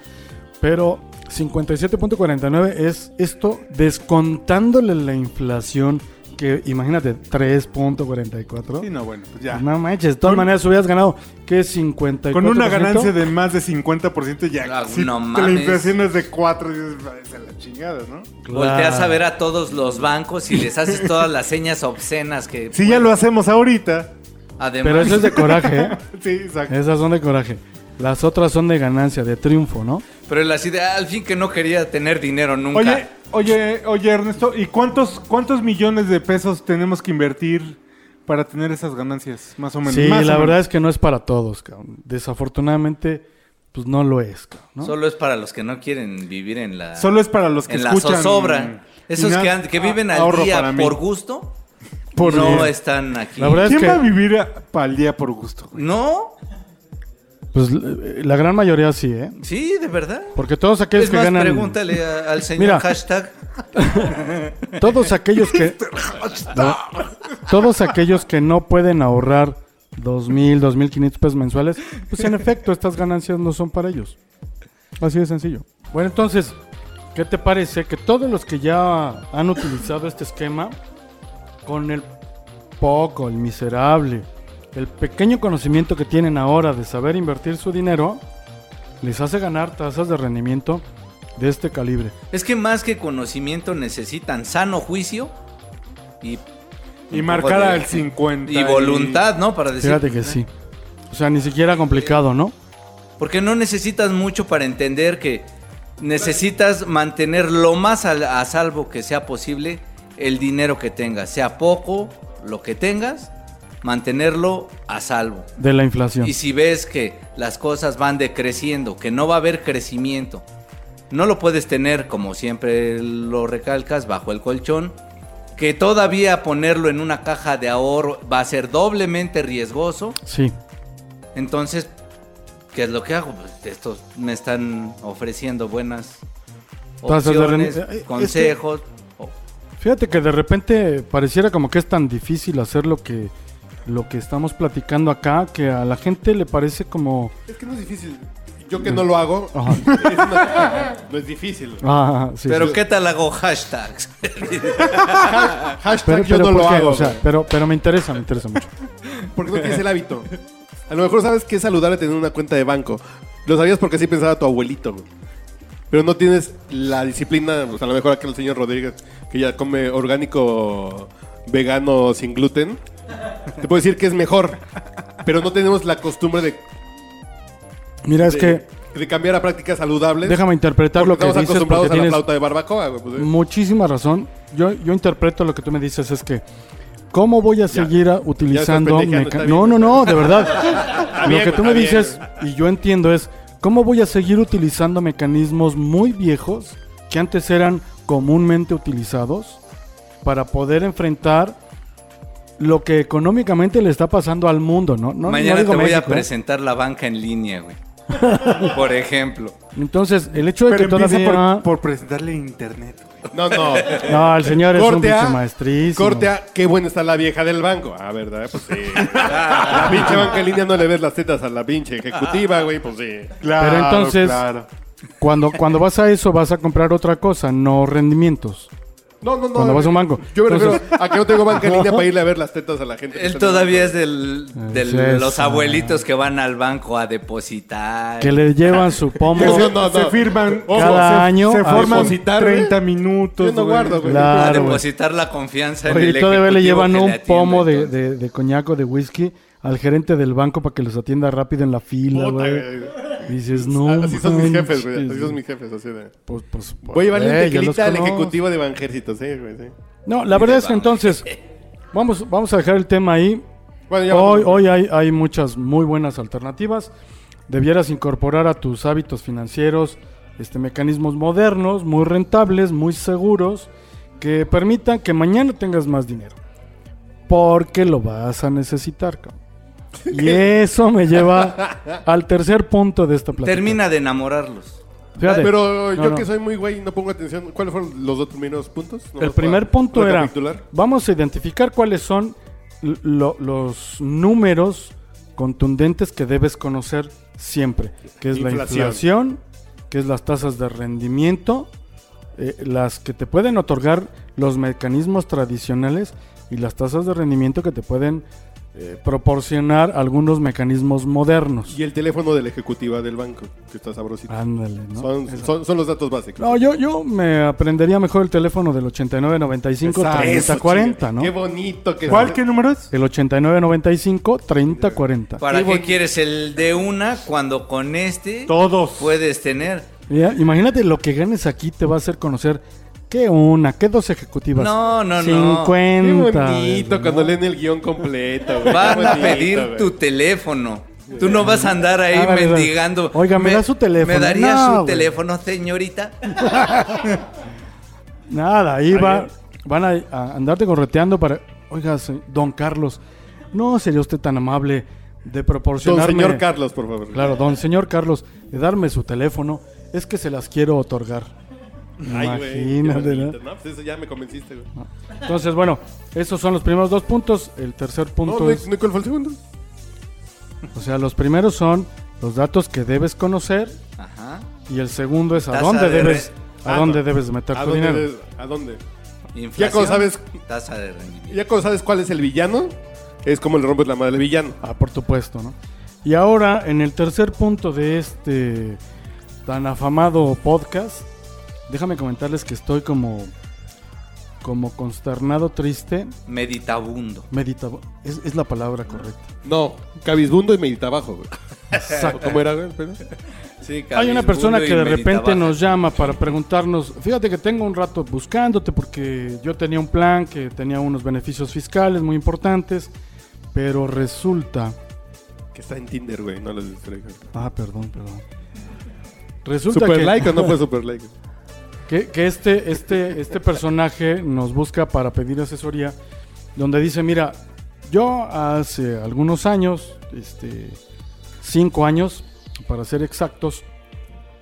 D: Pero 57.49 es esto descontándole la inflación que imagínate 3.44.
B: Sí, no, bueno, pues ya.
D: No manches, de todas maneras hubieras ganado que 54.
B: Con una ganancia de más de 50% ya.
E: Ah,
B: si
E: no
B: te la
E: mames.
B: inflación es de 4, es a la chingada, ¿no?
E: Volteas a ver a todos los bancos y les haces todas las señas obscenas que.
B: Si ya lo hacemos ahorita.
E: Además,
D: Pero eso es de coraje, ¿eh?
B: Sí, exacto.
D: Esas son de coraje. Las otras son de ganancia, de triunfo, ¿no?
E: pero el así de, "Ah, al fin que no quería tener dinero nunca.
B: Oye, oye, oye, Ernesto, ¿y cuántos, cuántos millones de pesos tenemos que invertir para tener esas ganancias? Más o menos.
D: Sí,
B: Más o
D: la
B: menos.
D: verdad es que no es para todos, cabrón. Desafortunadamente, pues no lo es, cabrón, ¿no?
E: Solo es para los que no quieren vivir en la.
B: Solo es para los que
E: en la
B: escuchan.
E: zozobra. Esos
B: Ina-
E: que, han- que viven al
B: ahorro
E: día
B: para mí.
E: por gusto
B: Por
E: no
B: gusto.
E: están aquí.
D: La verdad es
B: ¿Quién
D: que
B: va a vivir a- para el día por gusto?
E: No,
D: pues l- la gran mayoría sí, ¿eh?
E: sí, de verdad.
D: Porque todos aquellos
E: Es
D: que
E: más,
D: ganan
E: pregúntale a- al señor
D: Mira.
E: hashtag.
D: todos aquellos que no, todos aquellos que no pueden ahorrar 2000, 2500 pesos mensuales, pues en efecto estas ganancias no son para ellos. Así de sencillo. Bueno, entonces, ¿qué te parece que todos los que ya han utilizado este esquema con el poco, el miserable, el pequeño conocimiento que tienen ahora de saber invertir su dinero les hace ganar tasas de rendimiento de este calibre?
E: Es que más que conocimiento necesitan sano juicio y.
B: Y
E: un
B: marcar
E: poco de-
B: al 50.
E: Y voluntad, ¿no? Para decir.
D: Fíjate que sí. O sea, ni siquiera complicado, ¿no?
E: Porque no necesitas mucho para entender que necesitas mantener lo más al- a, salvo que sea posible el dinero que tengas. Sea poco lo que tengas, mantenerlo a salvo.
D: De la inflación.
E: Y si ves que las cosas van decreciendo, que no va a haber crecimiento, no lo puedes tener, como siempre lo recalcas, bajo el colchón, que todavía ponerlo en una caja de ahorro va a ser doblemente riesgoso.
D: Sí.
E: Entonces, ¿qué es lo que hago? Pues estos me están ofreciendo buenas
D: Tasas de
E: opciones,
D: renta. Eh, eh,
E: consejos. Oh,
D: Fíjate que de repente pareciera como que es tan difícil hacer lo que lo que estamos platicando acá que a la gente le parece como
C: Es que no es difícil. Yo que no lo hago,
D: Ajá.
C: es una- no es difícil.
D: ah, sí,
E: pero
D: sí.
E: ¿qué tal hago hashtags?
C: Hashtag
D: Ah. pero,
C: yo
D: pero
C: no
D: ¿por
C: lo
D: qué?
C: hago.
D: O sea, pero pero me interesa, me interesa mucho.
C: Porque no tienes el hábito. A lo mejor sabes que es saludable tener una cuenta de banco. Lo sabías porque así pensaba tu abuelito. güey. Pero no tienes la disciplina. O sea, a lo mejor aquel señor Rodríguez que ya come orgánico vegano sin gluten. Te puedo decir que es mejor. Pero no tenemos la costumbre de,
D: Mira, es
C: de,
D: que
C: de cambiar a prácticas saludables.
D: déjame interpretar
C: porque
D: lo que
C: estamos
D: dices
C: acostumbrados
D: porque
C: a la
D: tienes
C: flauta de barbacoa. güey, pues, eh.
D: muchísima razón. Yo yo interpreto lo que tú me dices es que ¿Cómo voy a seguir a- utilizando?
C: pendejando, está
D: meca- No,
C: bien.
D: no, no, de verdad. lo
C: bien,
D: que
C: está
D: tú me
C: bien.
D: dices y yo entiendo es cómo voy a seguir utilizando mecanismos muy viejos que antes eran comúnmente utilizados para poder enfrentar lo que económicamente le está pasando al mundo, ¿no? No- no
E: Mañana
D: digo
E: te voy a
D: México, ¿eh?
E: presentar la banca en línea, güey. Por ejemplo.
D: Entonces, el hecho de
B: Pero
D: que
B: empieza
D: todavía
B: por, por presentarle internet. güey.
C: No, no.
D: No, el señor es un
C: Corte
D: pinche
C: a,
D: maestrísimo.
C: corte a, qué buena está la vieja del banco. Ah, ¿verdad? Pues sí. la pinche banca en línea no le ves las tetas a la pinche ejecutiva, güey, pues sí.
B: Claro,
D: entonces-
B: claro.
D: Cuando, cuando vas a eso, vas a comprar otra cosa, no rendimientos.
C: No, no, no.
D: Cuando vas a un banco.
C: Yo me refiero
D: Entonces-
C: a que no tengo banca en línea para irle a ver las tetas a la gente. que
E: Él
C: está en el
E: todavía es del, de
D: Sí, es,
E: los
D: ah.
E: abuelitos que van al banco a depositar.
D: Que le llevan su pomo.
C: Yo
B: Se-
C: no, no.
B: Se firman
C: Ojo,
D: Cada
B: se-
D: año
B: Se
D: a
B: forman
C: depositar,
B: 30
C: banco.
B: minutos.
C: Yo no
B: güey.
C: guardo, güey.
D: La-
E: a
D: Claro, güey.
E: depositar la confianza
D: Oye,
E: en el
D: y todavía le
E: ejecutivo
D: llevan
E: que
D: un
E: le atiende,
D: pomo de,
E: entonces.
D: de- de coñac o de whisky al gerente del banco para que los atienda rápido en la fila,
C: Puta,
D: güey.
C: güey. Ah,
D: Dices, no.
C: Así son mis jefes, güey.
D: manches,
C: Así son mis jefes, así de.
D: Pues, pues,
C: Voy a llevarle un
D: güey, yo los
C: tequilita al
D: conozco.
C: ejecutivo de Banjercito, sí, güey, sí.
D: No, la verdad es que entonces, vamos, vamos a dejar el tema ahí.
C: Bueno, ya
D: Hoy,
C: vamos.
D: hoy hay, hay muchas muy buenas alternativas. Debieras incorporar a tus hábitos financieros este, mecanismos modernos, muy rentables, muy seguros, que permitan que mañana tengas más dinero. Porque lo vas a necesitar, cabrón. Y eso me lleva al tercer punto de esta plática.
E: Termina de enamorarlos.
D: Fíjate.
C: Pero
D: No,
C: yo
D: no.
C: que soy muy güey y no pongo atención, ¿cuáles fueron los dos primeros puntos?
D: El
C: Nomás
D: primer
C: para
D: punto era,
C: recapitular.
D: vamos a identificar cuáles son l- lo- los números contundentes que debes conocer siempre, que es la
C: Inflación.
D: inflación, que es las tasas de rendimiento, eh, las que te pueden otorgar los mecanismos tradicionales y las tasas de rendimiento que te pueden eh, proporcionar algunos mecanismos modernos.
C: Y el teléfono de la ejecutiva del banco, que está sabrosito.
D: Ándale, Ah, ¿no?
C: son, son, son los datos básicos.
D: No, yo, yo me aprendería mejor el teléfono del 8995
B: Exacto.
D: 3040, ¿no?
C: Qué bonito que
B: ¿Cuál qué número es?
D: El 8995 3040.
E: ¿Para
C: Qué
E: qué
C: bonito.
E: quieres el de una cuando con este
B: Todos.
E: puedes tener?
D: Ya, Imagínate lo que ganes aquí te va a hacer conocer que una, que dos ejecutivas.
E: No, no, no.
D: 50.
C: Qué
D: veces,
C: bonito
D: ¿no?
C: cuando leen el guión completo. güey.
E: Van
C: Qué
E: a
C: bonito,
E: pedir
C: güey.
E: tu teléfono. Tú no vas a andar ahí
D: Ah, vale, vale.
E: mendigando.
D: Oiga, ¿me da su teléfono?
E: ¿Me daría
D: No,
E: su
D: güey.
E: teléfono, señorita?
D: Nada, ahí va, van a, a andarte correteando para... Oiga, se- don Carlos, ¿no sería usted tan amable de
C: Don
D: proporcionarme...
C: señor Carlos, por favor.
D: Claro, don señor Carlos, de darme su teléfono, es que se las quiero otorgar.
C: Ay, güey, qué
D: Imagínate, ¿no?
C: bonito. No, pues eso ya me convenciste, güey. No,
D: Entonces, bueno, esos son los primeros dos puntos. El tercer punto
C: no,
D: es...
C: no, ¿cuál fue el segundo?
D: O sea, los primeros son los datos que debes conocer
E: Ajá.
D: y el segundo es a
E: Tasa
D: dónde
E: de
D: debes
C: re-
D: a
C: Ah,
D: dónde
C: no.
D: debes meter
C: ¿A
D: tu
C: dónde?
D: dinero.
C: debes- ¿A dónde?
E: Inflación,
C: como sabes-
E: Tasa de rendimiento.
C: Ya cuando sabes cuál es el villano, es como le rompes la madre al villano.
D: Ah, por supuesto, ¿no? Y ahora en el tercer punto de este tan afamado podcast, déjame comentarles que estoy como como consternado, triste,
E: Meditabundo.
D: meditado. Es, es la palabra correcta.
C: No, cabizbundo y meditabajo, güey.
D: Exacto.
C: ¿Cómo era, güey? Espera.
E: Sí,
D: Hay una
E: cabizbundo
D: persona
E: y
D: que de repente
E: meditabaja.
D: nos llama para preguntarnos, fíjate que tengo un rato buscándote porque yo tenía un plan que tenía unos beneficios fiscales muy importantes, pero resulta,
C: Que está en Tinder, güey. No los distraigo.
D: ah, perdón, perdón. Resulta
C: ¿Super
D: que
C: like o no fue super like?
D: que, que este, este, este personaje nos busca para pedir asesoría, donde dice, mira, yo hace algunos años, este, cinco años, para ser exactos,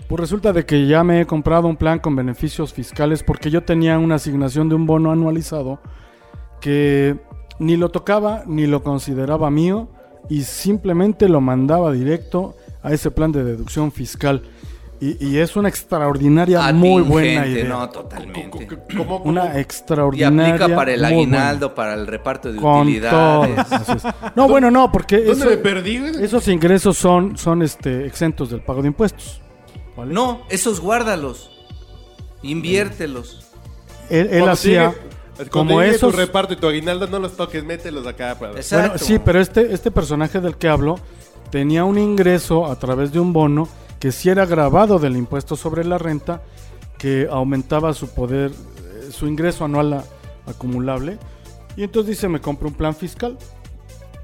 D: pues resulta de que ya me he comprado un plan con beneficios fiscales porque yo tenía una asignación de un bono anualizado que ni lo tocaba ni lo consideraba mío y simplemente lo mandaba directo a ese plan de deducción fiscal. Y, y es una extraordinaria, muy buena
E: Atingente,
D: idea.
E: No, totalmente.
C: ¿Cómo, cómo?
D: Una
E: Y
D: extraordinaria.
E: aplica para el
D: muy buena.
E: aguinaldo, para el reparto de
D: Con
E: utilidades.
D: todo. Así es. No, bueno, no, porque
C: ¿Dónde
D: eso-
C: me perdí? güey?
D: esos ingresos son, son este, exentos del pago de impuestos. ¿vale?
E: No, esos guárdalos. Inviértelos.
D: Él, él
C: Cuando
D: hacía
C: llegue- cuando
D: como
C: llegue
D: esos.
C: Tu reparto y tu aguinaldo no los toques, mételos acá. Para...
E: Exacto.
D: Bueno, sí, pero este, este personaje del que hablo tenía un ingreso a través de un bono que sí era grabado del impuesto sobre la renta, que aumentaba su poder, eh, su ingreso anual a- acumulable. Y entonces dice, me compro un plan fiscal,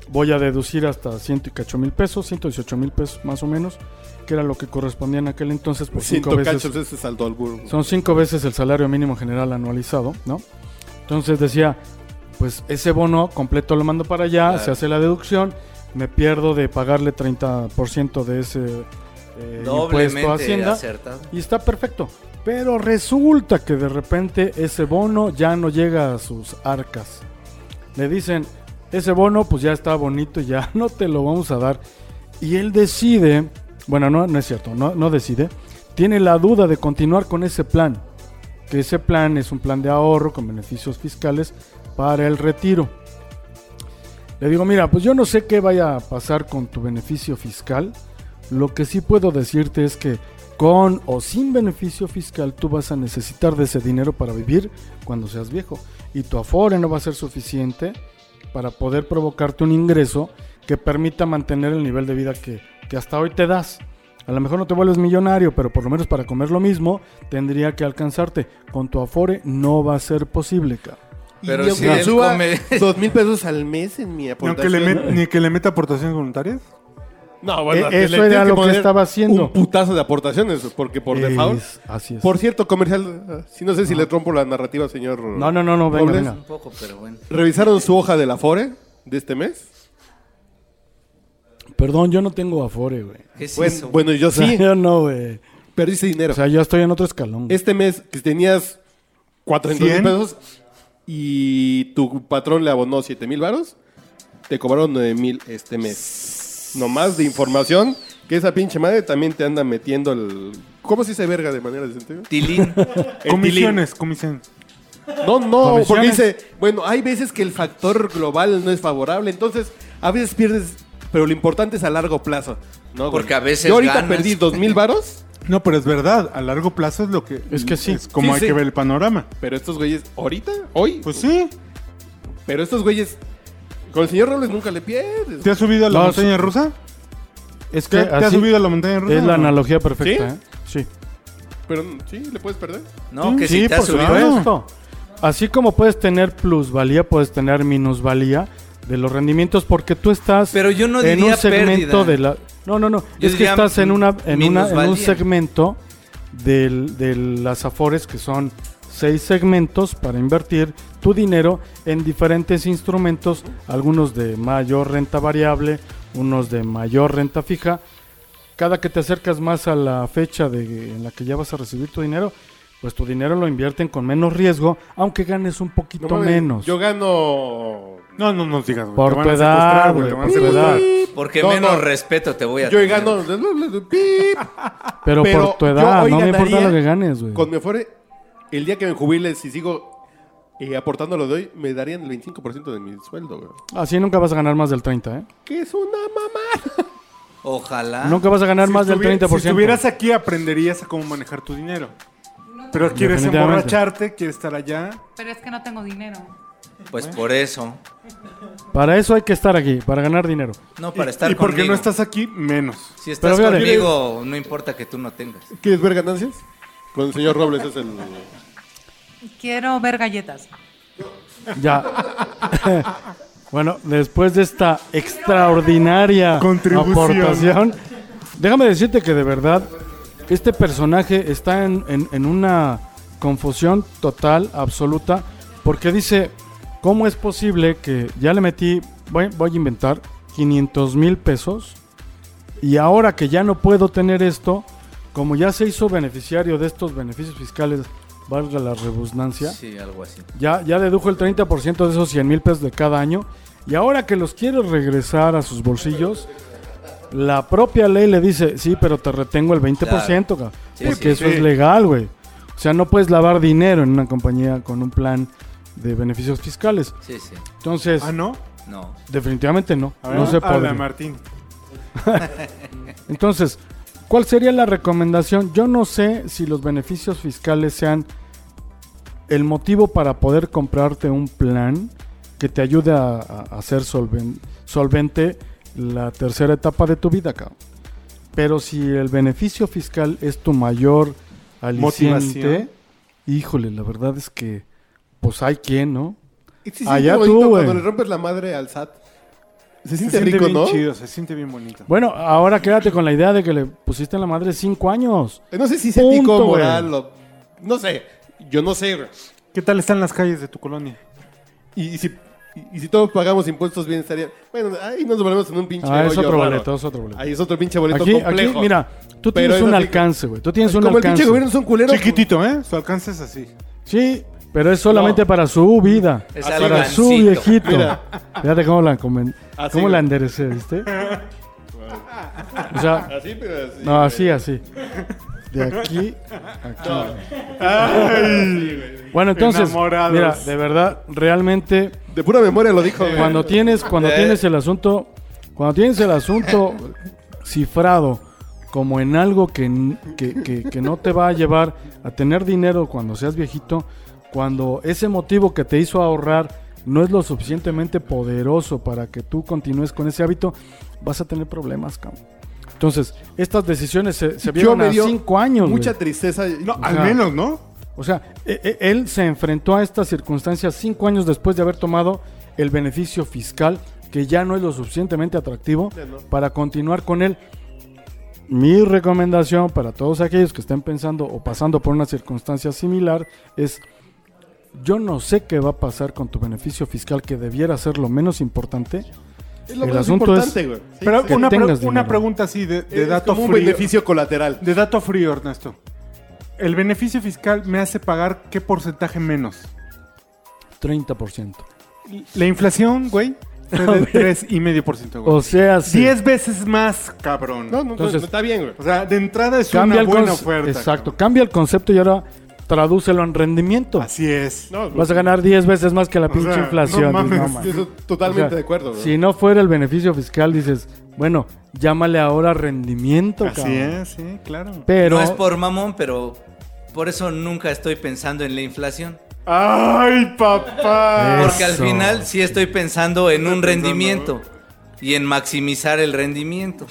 D: voy a deducir hasta ciento y cacho mil pesos, 118 mil pesos más o menos, que era lo que correspondía en aquel entonces por
C: Sin
D: pues, cinco veces.
C: cachos, ese saltó al burro.
D: Son cinco veces el salario mínimo general anualizado, ¿no? Entonces decía, pues ese bono completo lo mando para allá, se hace la deducción, me pierdo de pagarle 30% de ese eh, impuesto a
E: Doblemente
D: Hacienda
E: acertado.
D: y está perfecto. Pero resulta que de repente ese bono ya no llega a sus arcas. Le dicen, ese bono pues ya está bonito, ya no te lo vamos a dar. Y él decide, bueno, no, no es cierto, no, no decide, tiene la duda de continuar con ese plan. Que ese plan es un plan de ahorro con beneficios fiscales para el retiro. Le digo, mira, pues yo no sé qué vaya a pasar con tu beneficio fiscal. Lo que sí puedo decirte es que con o sin beneficio fiscal tú vas a necesitar de ese dinero para vivir cuando seas viejo. Y tu afore no va a ser suficiente para poder provocarte un ingreso que permita mantener el nivel de vida que, que hasta hoy te das. A lo mejor no te vuelves millonario, pero por lo menos para comer lo mismo tendría que alcanzarte. Con tu afore no va a ser posible, cabrón.
E: Pero
C: y
E: si
C: aunque
E: él
C: suba
E: come-
C: dos mil pesos al mes en mi
B: Ni aunque le
C: aportación.
B: met- ni que le meta aportaciones voluntarias.
C: No, bueno,
D: Eh,
C: que le
D: eso
C: tienes
D: era lo que
C: poner
D: estaba haciendo.
C: Un putazo de aportaciones, porque por
D: Es-
C: default.
D: Así es.
C: Por cierto, comercial, ah, si no sé si le trompo la narrativa, señor.
D: No, no, no, no, venga,
C: Robles.
D: venga.
E: Un poco, pero bueno.
C: ¿Revisaron su hoja de la FORE de este mes?
D: Perdón, yo no tengo afore, güey.
E: ¿Qué es
C: Bueno,
E: eso?
C: bueno, yo
D: O sea,
C: sí,
D: yo no, güey.
C: perdiste dinero.
D: O sea, yo estoy en otro escalón. güey.
C: este mes que tenías 400 mil
B: ¿Cien?
C: pesos y tu patrón le abonó 7 mil varos, te cobraron 9 mil este mes. Nomás de información que esa pinche madre también te anda metiendo el... ¿Cómo se dice verga de manera decente?
E: Tilín.
C: El
B: Comisiones, comisiones.
C: tilín. No, no,
D: Comisiones.
C: porque dice, bueno, hay veces que el factor global no es favorable, entonces a veces pierdes, pero lo importante es a largo plazo. No, güey.
E: Porque a veces
C: Yo ahorita
E: ganas.
C: perdí 2 mil varos,
B: No, pero es verdad, a largo plazo es lo que.
D: Es que sí.
B: como
C: Sí,
B: hay
C: sí.
B: que ver el panorama.
C: pero estos güeyes, ahorita, hoy,
B: Pues sí,
C: pero estos güeyes... Con el señor Robles nunca le pierdes.
B: ¿te has subido a la
D: No,
B: montaña
D: sí.
B: rusa?
D: es
B: ¿Te,
D: que
B: te has
D: así
B: subido a la montaña rusa?
D: es la
B: o no?
D: analogía perfecta, ¿eh? Sí.
C: Pero sí, le puedes perder.
E: No, que
B: Sí,
E: si te has
B: por
E: subido.
B: supuesto.
D: Esto. Así como puedes tener plusvalía, puedes tener minusvalía de los rendimientos porque tú estás
E: Pero yo no
D: en
E: diría
D: un segmento
E: pérdida.
D: de la No, no, no.
E: Yo
D: es que
E: diría
D: estás en una en una en un
E: minusvalía.
D: segmento del- de las Afores que son seis segmentos para invertir tu dinero en diferentes instrumentos, algunos de mayor renta variable, unos de mayor renta fija. Cada que te acercas más a la fecha de, en la que ya vas a recibir tu dinero, pues tu dinero lo invierten con menos riesgo, aunque ganes un poquito
C: mames,
D: menos.
C: Yo gano.
B: No, no nos digas, güey.
D: Por
B: te van a
D: tu edad,
B: secuestrar, güey,
D: güey,
B: te van a
D: por tu
B: secuestrar.
D: edad.
E: Porque
C: No,
E: menos
C: no.
E: respeto te voy a
C: Yo
E: tener.
C: gano. Pip.
D: pero,
C: Pero
D: por tu
C: yo
D: edad,
C: hoy
D: no me importa
C: ganaría
D: lo que ganes, güey.
C: Con mi fuere, el día que me jubile, si sigo eh, aportando lo de hoy, me darían el 25% de mi sueldo, güey.
D: Así nunca vas a ganar más del 30, ¿eh?
C: Que es una mamá.
E: Ojalá.
D: Nunca vas a ganar
B: Ah, Si
D: más del
B: estuvi-
D: 30%.
B: Si estuvieras aquí, aprenderías a cómo manejar tu dinero. Pero quieres
D: Definitivamente.
B: emborracharte, quieres estar allá.
F: Pero es que no tengo dinero.
E: Pues por eso.
D: Para eso hay que estar aquí, para ganar dinero.
E: No,
B: Y-
E: para estar
B: y porque
E: conmigo.
B: no estás aquí, menos.
E: Si estás
D: Pero fíjate.
E: conmigo, no importa que tú no tengas.
C: ¿Quieres ver ganancias? Con el señor Robles es el.
F: Quiero ver galletas.
D: Ya. bueno, después de esta extraordinaria
B: Contribución.
D: aportación, déjame decirte que de verdad este personaje está en, en- en una confusión total, absoluta, porque dice, ¿cómo es posible que ya le metí, voy, voy a inventar, 500 mil pesos? Y ahora que ya no puedo tener esto, como ya se hizo beneficiario de estos beneficios fiscales, valga la redundancia,
E: Sí, algo así.
D: ya, ya dedujo el 30% de esos 100 mil pesos de cada año. Y ahora que los quiere regresar a sus bolsillos, la propia ley le dice, sí, pero te retengo el 20%, cabrón,
E: Sí,
D: porque
E: sí,
D: eso
C: sí.
D: es legal, güey. O sea, no puedes lavar dinero en una compañía con un plan de beneficios fiscales.
E: Sí, sí.
D: Entonces,
B: Ah, no.
E: No.
D: definitivamente no,
B: A ver,
D: no se
B: habla,
D: puede.
B: Martín.
D: Entonces, ¿cuál sería la recomendación? Yo no sé si los beneficios fiscales sean el motivo para poder comprarte un plan que te ayude a, a- a ser solven- solvente la tercera etapa de tu vida, cabrón. Pero si el beneficio fiscal es tu mayor
B: Motivación.
D: aliciente, híjole, la verdad es que, pues hay quien, ¿no?
C: Y sí,
D: Allá
C: siente bonito
D: tú, güey.
C: Cuando le rompes la madre al SAT. Se
B: Se
C: siente
B: siente
C: rico,
B: bien
C: ¿no?
B: chido, se siente bien bonito.
D: Bueno, ahora quédate con la idea de que le pusiste en la madre cinco años.
C: Eh, No sé si es
D: Punto,
C: ético,
D: güey.
C: moral o... No sé. Yo no sé, güey.
B: ¿Qué tal están las calles de tu colonia?
C: Y, y si, y, y si todos pagamos impuestos bien estaría... Bueno, ahí nos volvemos en un pinche
D: Ah, es
C: hoyo
D: otro
C: raro.
D: boleto, es otro boleto.
C: Ahí es otro pinche boleto
D: Aquí,
C: complejo.
D: aquí, mira, tú
C: Pero
D: tienes
C: eso
D: un
C: sí-
D: alcance, güey. Tú tienes un
C: Como el
D: alcance.
C: pinche gobierno es un culero.
B: Chiquitito, ¿eh? Su alcance es así.
D: Sí, pero es solamente
C: No.
D: para su vida.
E: Es
D: para
E: algo
D: su
E: gancito.
D: viejito.
C: Mira.
D: Fíjate cómo la, comen-
C: Así,
D: cómo la
C: güey.
D: enderecé, ¿viste? O sea,
C: Así, pero así.
D: no, así, así. De aquí a aquí. Bueno, entonces,
B: Enamorados.
D: mira, de verdad, realmente,
C: De pura memoria lo dijo. güey.
D: cuando tienes, cuando
E: Eh.
D: tienes el asunto, cuando tienes el asunto cifrado como en algo que, n- que, que- que no te va a llevar a tener dinero cuando seas viejito, cuando ese motivo que te hizo ahorrar no es lo suficientemente poderoso para que tú continúes con ese hábito, vas a tener problemas, cabrón. Entonces, estas decisiones se, se
C: Yo
D: vieron
C: me
D: a
C: dio
D: cinco años.
C: mucha
D: güey.
C: tristeza.
B: No, al
D: Ajá.
B: menos, ¿no?
D: O sea, e- e- él se enfrentó a estas circunstancias cinco años después de haber tomado el beneficio fiscal, que ya no es lo suficientemente atractivo
C: Ya no.
D: para continuar con él. Mi recomendación para todos aquellos que estén pensando o pasando por una circunstancia similar es, yo no sé qué va a pasar con tu beneficio fiscal, que debiera ser lo menos importante.
C: es lo
D: el
C: más
D: asunto es-
C: importante, güey. Sí,
B: Pero
C: sí.
B: una,
D: Que
B: pre-
D: tengas
B: una
D: dinero.
B: pregunta así de, de
C: Es
B: dato
C: como un
B: frío.
C: beneficio colateral.
B: De dato frío, Ernesto. El beneficio fiscal me hace pagar qué porcentaje menos.
D: 30%.
B: La inflación, güey, fue de 3,5%, güey.
D: O sea, sí.
B: 10 veces más, cabrón.
C: No, no,
D: Entonces-
C: no, está bien, güey.
B: O sea, de entrada es
D: cambia el
B: una buena
D: conce-
B: oferta.
D: Exacto,
B: cabrón.
D: cambia el concepto y ahora tradúcelo en rendimiento.
B: Así es.
C: No,
D: Vas a ganar 10 veces más que la pinche
B: sea,
D: inflación.
B: no
D: No
B: mames.
D: mames.
C: yo estoy
D: O sea,
C: totalmente de acuerdo, güey.
D: Si no fuera el beneficio fiscal, dices, bueno, llámale ahora rendimiento,
B: Así
D: cabrón.
B: es, sí, claro.
D: Pero,
E: No es por mamón, pero por eso nunca estoy pensando en la inflación.
B: ¡Ay, papá!
E: Porque al
D: Eso.
E: final sí estoy pensando en un
B: Estoy pensando,
E: rendimiento y en maximizar el rendimiento.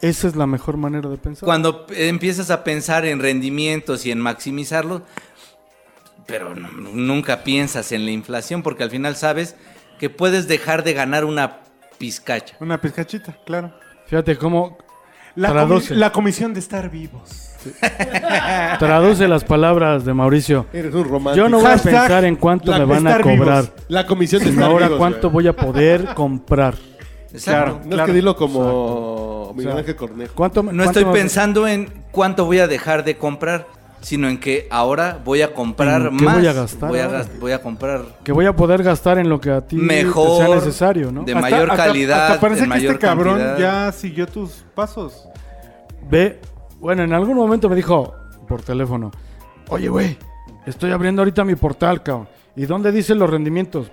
D: esa es la mejor manera de pensar.
E: Cuando p- empiezas a pensar en rendimientos y en maximizarlos, pero n- nunca piensas en la inflación porque al final sabes que puedes dejar de ganar una pizcacha.
B: Una pizcachita, claro.
D: Fíjate cómo
B: La, comi-
D: Traduce.
B: la comisión de estar vivos.
D: traduce las palabras de Mauricio.
C: Eres un romántico.
D: Yo no voy a
B: Hashtag
D: pensar en cuánto
B: la-
D: me van a
B: estar vivos.
D: cobrar,
C: La comisión de
D: sino
C: estar
D: ahora
C: vivos,
D: cuánto
C: güey.
D: voy a poder comprar.
E: Exacto.
C: No es
B: Claro.
C: que dilo como Miguel
D: sea,
C: Ángel Cornejo.
D: ¿Cuánto,
E: No
D: cuánto
E: estoy
D: me-
E: pensando en cuánto voy a dejar de comprar, sino en que ahora voy a comprar
D: ¿En qué
E: más.
D: voy a gastar
E: Voy a,
D: ahora?
E: gas- voy a comprar.
D: Que voy a poder gastar en lo que a ti
E: Mejor,
D: te sea necesario, ¿no?
E: de- mayor calidad,
C: Ah,
B: Hasta parece
E: de
B: que
E: mayor
B: este cabrón
E: cantidad.
B: ya siguió tus pasos.
D: Ve, bueno, en algún momento me dijo por teléfono, oye, güey, estoy abriendo ahorita mi portal, cabrón. ¿Y dónde dicen los rendimientos?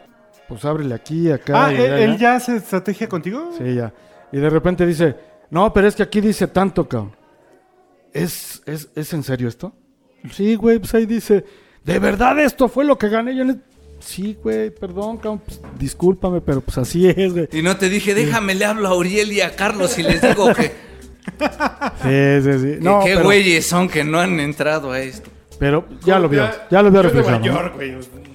D: Pues ábrele aquí, acá.
B: ah,
D: y
B: ¿él,
D: allá,
B: él
D: allá".
B: ya hace estrategia contigo?
D: Sí, ya. Y de repente dice, no, pero es que aquí dice tanto, cabrón. ¿Es, es, ¿es en serio esto? Sí, güey, pues ahí dice, ¿de verdad esto fue lo que gané? Yo le... Sí, güey, perdón, cabrón, pues, discúlpame, pero pues así es, güey.
E: Y no te dije, déjame, le hablo a Uriel y a Carlos y les digo que,
D: Sí, sí, sí.
E: que
D: No,
E: qué
D: pero,
E: güeyes son que no han entrado a esto.
D: pero ya lo vio, ya lo vio
C: Yo
D: reflejado.
C: Nueva
D: ¿no?
C: York, güey.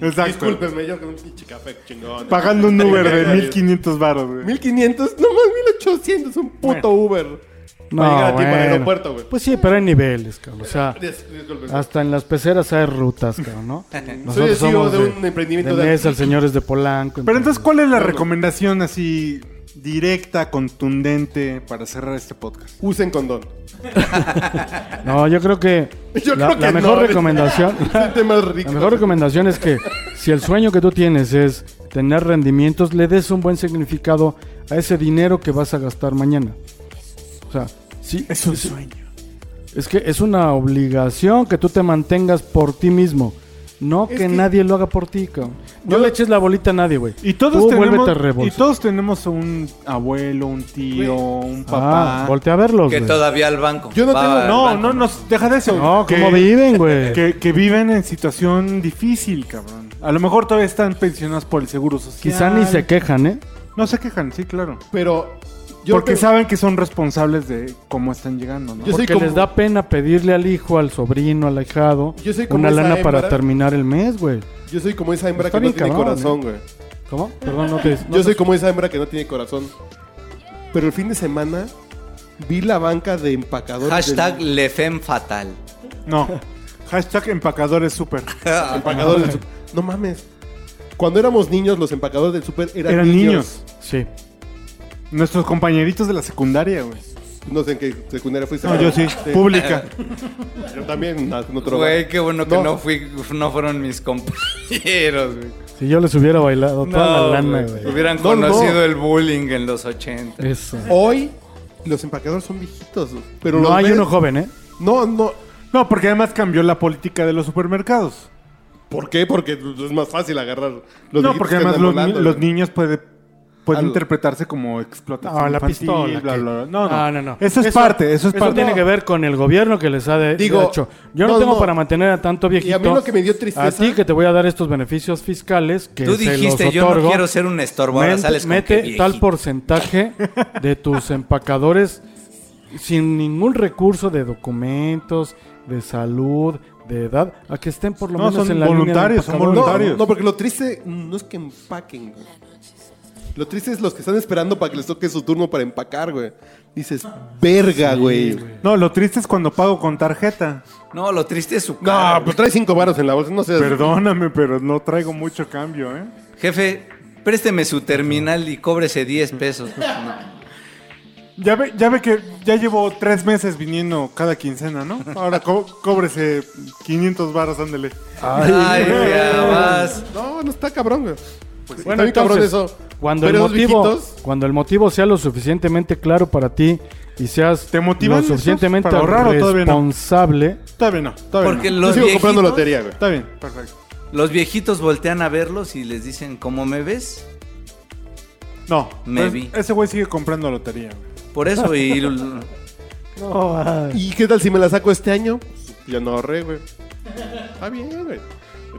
B: Exacto.
C: Discúlpenme, yo con un pinche café chingón.
B: Pagando un Uber de 1500 baros, güey.
C: 1500, no más 1800, un puto Uber. Para llegar a tiempo al aeropuerto, güey.
D: Pues sí, pero hay niveles, cabrón. O sea,
C: Dis- disculpen.
D: hasta en las peceras hay rutas, cabrón, ¿no?
C: Soy el
D: Nosotros
C: CEO
D: somos
C: de un emprendimiento
D: de
C: de...
D: Mesa, el señor es de Polanco.
B: Pero entonces, ¿cuál es la recomendación así directa, contundente para cerrar este podcast?
C: Usen condón.
D: No, yo creo que
C: Yo
D: la,
C: creo que
D: la mejor
C: no.
D: recomendación...
C: Usen temas
D: La
C: ricos.
D: mejor recomendación es que si el sueño que tú tienes es tener rendimientos, le des un buen significado a ese dinero que vas a gastar mañana. O sea, sí,
B: Es un sueño.
D: es que es una obligación que tú te mantengas por ti mismo. No que,
C: que-
D: nadie lo haga por ti, cabrón. No
C: Yo-
D: le eches la bolita a nadie, güey.
B: Y todos,
D: Tú vuélvete
B: tenemos,
D: rebolsa.
B: y todos tenemos un abuelo, un tío, un papá.
D: Ah, voltea a verlos,
E: Que
D: güey.
E: todavía al banco.
C: Yo no
E: Va
C: tengo-
E: al
B: no,
E: banco.
B: no, no, deja de eso.
D: No,
B: Que-
D: ¿cómo viven, güey?
B: Que, que viven en situación difícil, cabrón. A lo mejor todavía están pensionados por el seguro social.
D: Quizá ni se quejan, ¿eh?
B: No se quejan, sí, claro.
C: Pero... Yo
B: Porque
C: creo-
B: saben que son responsables de cómo están llegando, ¿no?
C: Yo soy
D: Porque
C: como-
D: les da pena pedirle al hijo, al sobrino, al ahijado
C: Yo soy como
D: una
C: esa
D: lana para
C: hembra.
D: terminar el mes, güey.
C: Yo soy como esa hembra
D: Está
C: que no
D: bien
C: tiene
D: cabrón,
C: corazón, güey.
D: ¿Cómo? Perdón, no te... no
C: Yo
D: te
C: soy como esa hembra que no tiene corazón. Pero el fin de semana vi la banca de empacadores.
E: Hashtag
C: del-
E: Lefem Fatal.
B: No. Hashtag empacadores super.
C: empacadores del super. No mames. Cuando éramos niños, los empacadores del super eran,
B: Eran niños.
D: Sí.
B: Nuestros compañeritos de la secundaria, güey.
C: No sé en qué secundaria fuiste.
B: No,
C: pero-
B: yo sí. Pública.
C: Yo también. en otro
E: Güey,
C: lugar.
E: qué bueno que
C: No.
E: no, fui, no fueron mis compañeros, güey.
D: Si yo les hubiera bailado toda la
E: No,
D: lana,
E: güey.
D: güey. Eh,
E: Hubieran
C: No,
E: conocido
C: no.
E: el bullying en los 80.
D: Eso.
C: Hoy, los empacadores son viejitos. güey. Pero
D: No
C: los
D: hay
C: ves-
D: uno joven, ¿eh?
C: No, no.
B: No, porque además cambió la política de los supermercados.
C: ¿Por qué? Porque es más fácil agarrar los
B: no,
C: viejitos
B: porque
C: que
B: además
C: andan
B: los,
C: volando,
B: ni- los
C: güey.
B: niños puede, pueden
C: Al-
B: interpretarse como explotación.
D: No, la
B: infantil,
D: pistola,
B: bla,
D: ¿qué?
B: bla, bla. No, no.
D: Ah, no, no.
B: Eso es parte, eso es parte.
D: tiene que ver con el gobierno que les ha de,
C: Digo,
D: hecho. Yo no,
C: no,
D: tengo
C: no.
D: para mantener a tanto viejito.
C: Y a mí lo que me dio tristeza-
D: A ti que te voy a dar estos beneficios fiscales que
E: Tú
D: se los
E: dijiste, yo no
D: otorgo".
E: quiero ser un estorbo, ahora
D: Mete-
E: sales con que
D: mete
E: viejito.
D: tal porcentaje de tus empacadores sin ningún recurso de documentos, de salud, de edad, a que estén por lo
B: No,
D: menos
B: son
D: en la línea de
B: voluntarios, son
D: empacadores.
C: No,
B: Voluntarios.
C: no, porque lo triste no es que empaquen, güey. Lo triste es los que están esperando para que les toque su turno para empacar, güey. Dices, verga, güey.
B: No, lo triste es cuando pago con tarjeta.
E: No, lo triste es su cara.
C: No, pues trae cinco varos en la bolsa, no sé.
B: Perdóname, pero no traigo mucho cambio, ¿eh?
E: Jefe, présteme su terminal y cóbrese 10 pesos.
B: Ya ve, ya ve que ya llevo tres meses viniendo cada quincena, ¿no? Ahora co- cóbrese 500 varos, ándele.
C: Ah.
E: Ay, ya vas.
C: No, no está cabrón,
E: Pues
C: güey. está
D: Bueno,
C: bien cabrón
D: entonces,
C: eso.
D: Cuando el,
C: Pero esos
D: motivo,
C: viejitos,
D: cuando el motivo sea lo suficientemente claro para ti y seas
B: ¿Te motivan
D: lo
B: estos
D: suficientemente
B: para ahorrar o todavía no?
D: responsable,
B: Está bien, no, está bien.
E: Porque
B: no.
E: los
C: yo sigo comprando
E: viejitos,
C: lotería, güey.
B: Está bien, perfecto.
E: los viejitos voltean a verlos y les dicen, ¿cómo me ves?
B: No,
E: Me
B: pues,
E: vi.
B: ese güey sigue comprando lotería, güey.
E: Por eso, y
B: Ah.
C: ¿Y qué tal si me la saco este año? Pues, ya no ahorré, güey. Está bien, güey.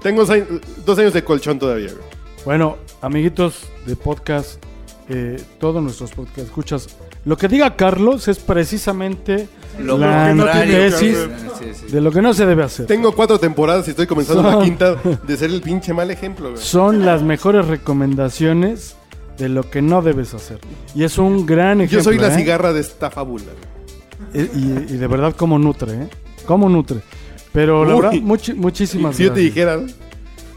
C: Tengo seis- dos años de colchón todavía, güey.
D: Bueno, amiguitos de podcast, eh, todos nuestros podcast escuchas. Lo que diga Carlos es precisamente
E: lo
D: la
E: contrario.
D: antítesis
E: Sí, sí.
D: de lo que no se debe hacer.
C: Tengo cuatro temporadas y estoy comenzando
D: Son-
C: la quinta de ser el pinche mal ejemplo, güey.
D: Son las mejores recomendaciones de lo que no debes hacer. Y es un gran ejemplo.
C: Yo soy la
D: ¿eh?
C: cigarra de esta fábula, güey.
D: Y, y- y de verdad, cómo nutre, ¿eh? Cómo nutre. Pero la
C: Uy.
D: verdad, muchi- muchísimas
C: Si yo te
D: gracias.
C: dijera, ¿no?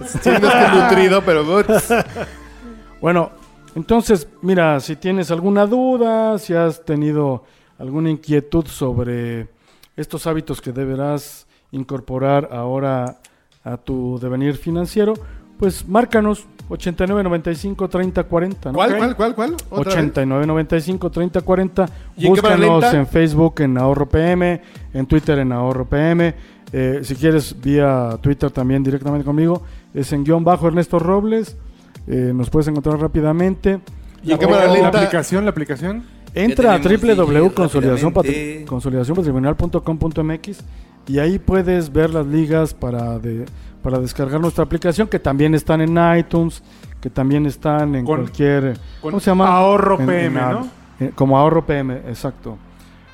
C: sí, no estoy nutrido, pero ups,
D: Bueno, entonces, mira, si tienes alguna duda, si has tenido alguna inquietud sobre estos hábitos que deberás incorporar ahora a tu devenir financiero, pues márcanos 89 95 30 40. ¿no?
C: ¿Cuál, cuál, cuál, cuál? ¿Otra vez?
D: 89 95 30 40.
C: ¿Y en cámara
D: Búscanos
C: lenta?
D: en Facebook en Ahorro PM, en Twitter en Ahorro PM. Eh, si quieres, vía Twitter también directamente conmigo, es en guión bajo Ernesto Robles. Eh, nos puedes encontrar rápidamente.
C: Y en cámara
B: O-
C: lenta.
B: La aplicación, la aplicación.
D: Entra a
E: Ya tenemos
D: www.consolidacionpatri-
E: rápidamente.
D: consolidacionpatrimonial.com.mx y ahí puedes ver las ligas para, de- para descargar nuestra aplicación, que también están en iTunes, que también están en
B: Con-
D: cualquier...
B: con
D: ¿Cómo se llama?
B: Ahorro
D: En-
B: PM,
D: en-
B: ¿no?
D: eh, como ahorro PM, exacto.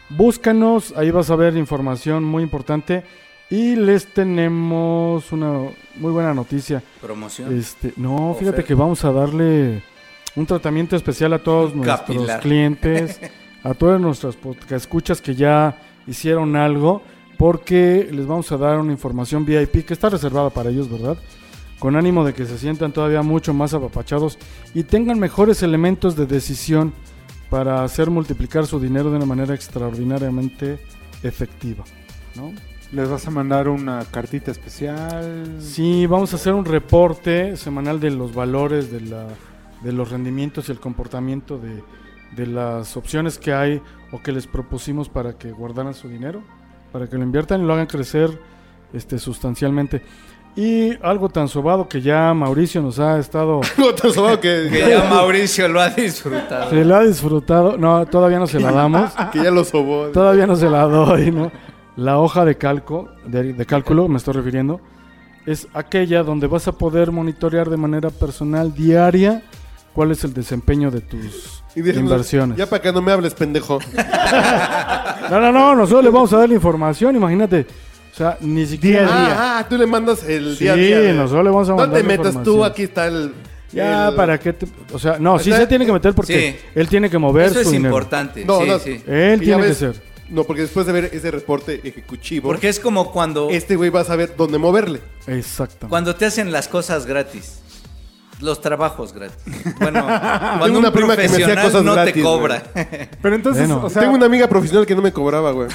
D: Búscanos, ahí vas a ver información muy importante. Y les tenemos una muy buena noticia.
E: Promoción.
D: Este, no, fíjate
E: Oferta.
D: que vamos a darle un tratamiento especial a todos nuestros
E: Capilar.
D: clientes, a todas nuestras escuchas que ya hicieron algo, porque les vamos a dar una información VIP que está reservada para ellos, ¿verdad? Con ánimo de que se sientan todavía mucho más apapachados y tengan mejores elementos de decisión para hacer multiplicar su dinero de una manera extraordinariamente efectiva, ¿no?
B: ¿Les vas a mandar una cartita especial?
D: Sí, vamos a hacer un reporte semanal de los valores, de, la, de los rendimientos y el comportamiento de, de las opciones que hay o que les propusimos para que guardaran su dinero, para que lo inviertan y lo hagan crecer este, sustancialmente. Y algo tan sobado que ya Mauricio nos ha estado...
C: No te has dado que,
E: Que ya Mauricio lo ha disfrutado.
D: Se la ha disfrutado. No, todavía no se la damos.
C: que ya lo sobó.
D: Todavía no se la doy, ¿no? La hoja de calco, de, de cálculo me estoy refiriendo, es aquella donde vas a poder monitorear de manera personal, diaria, cuál es el desempeño de tus
C: Y dijimos,
D: inversiones.
C: Ya para que no me hables, pendejo.
D: No, no, no, nosotros les vamos a dar la información, imagínate. O sea, ni siquiera...
C: Ah, ah, tú le mandas el día a
D: Sí,
C: día. de-
D: nosotros le vamos a
C: No
D: mandar
C: te
D: la
C: metas tú,
D: información.
C: aquí está el...
D: Ya,
C: el-
D: ¿para qué te- O sea, no, sí
C: Está-
D: se tiene que meter porque
E: Sí.
D: él tiene que mover
E: Eso
D: su
E: es
D: dinero.
E: importante.
C: No,
E: sí,
C: no.
E: sí.
D: Él
C: Y ya
D: tiene que
C: ves-
D: ser.
C: No, porque después de ver ese reporte ejecutivo,
E: Porque es como cuando,
C: este güey va a saber dónde moverle.
D: Exactamente.
E: cuando te hacen las cosas gratis. Los trabajos gratis. Bueno,
C: Tengo
E: cuando
C: una
E: un
C: prima que me hacía
E: profesional
C: cosas
E: no
C: gratis,
E: te
C: güey.
E: cobra.
B: Pero entonces,
D: Bueno.
B: o sea,
C: Tengo una amiga profesional que no me cobraba, güey.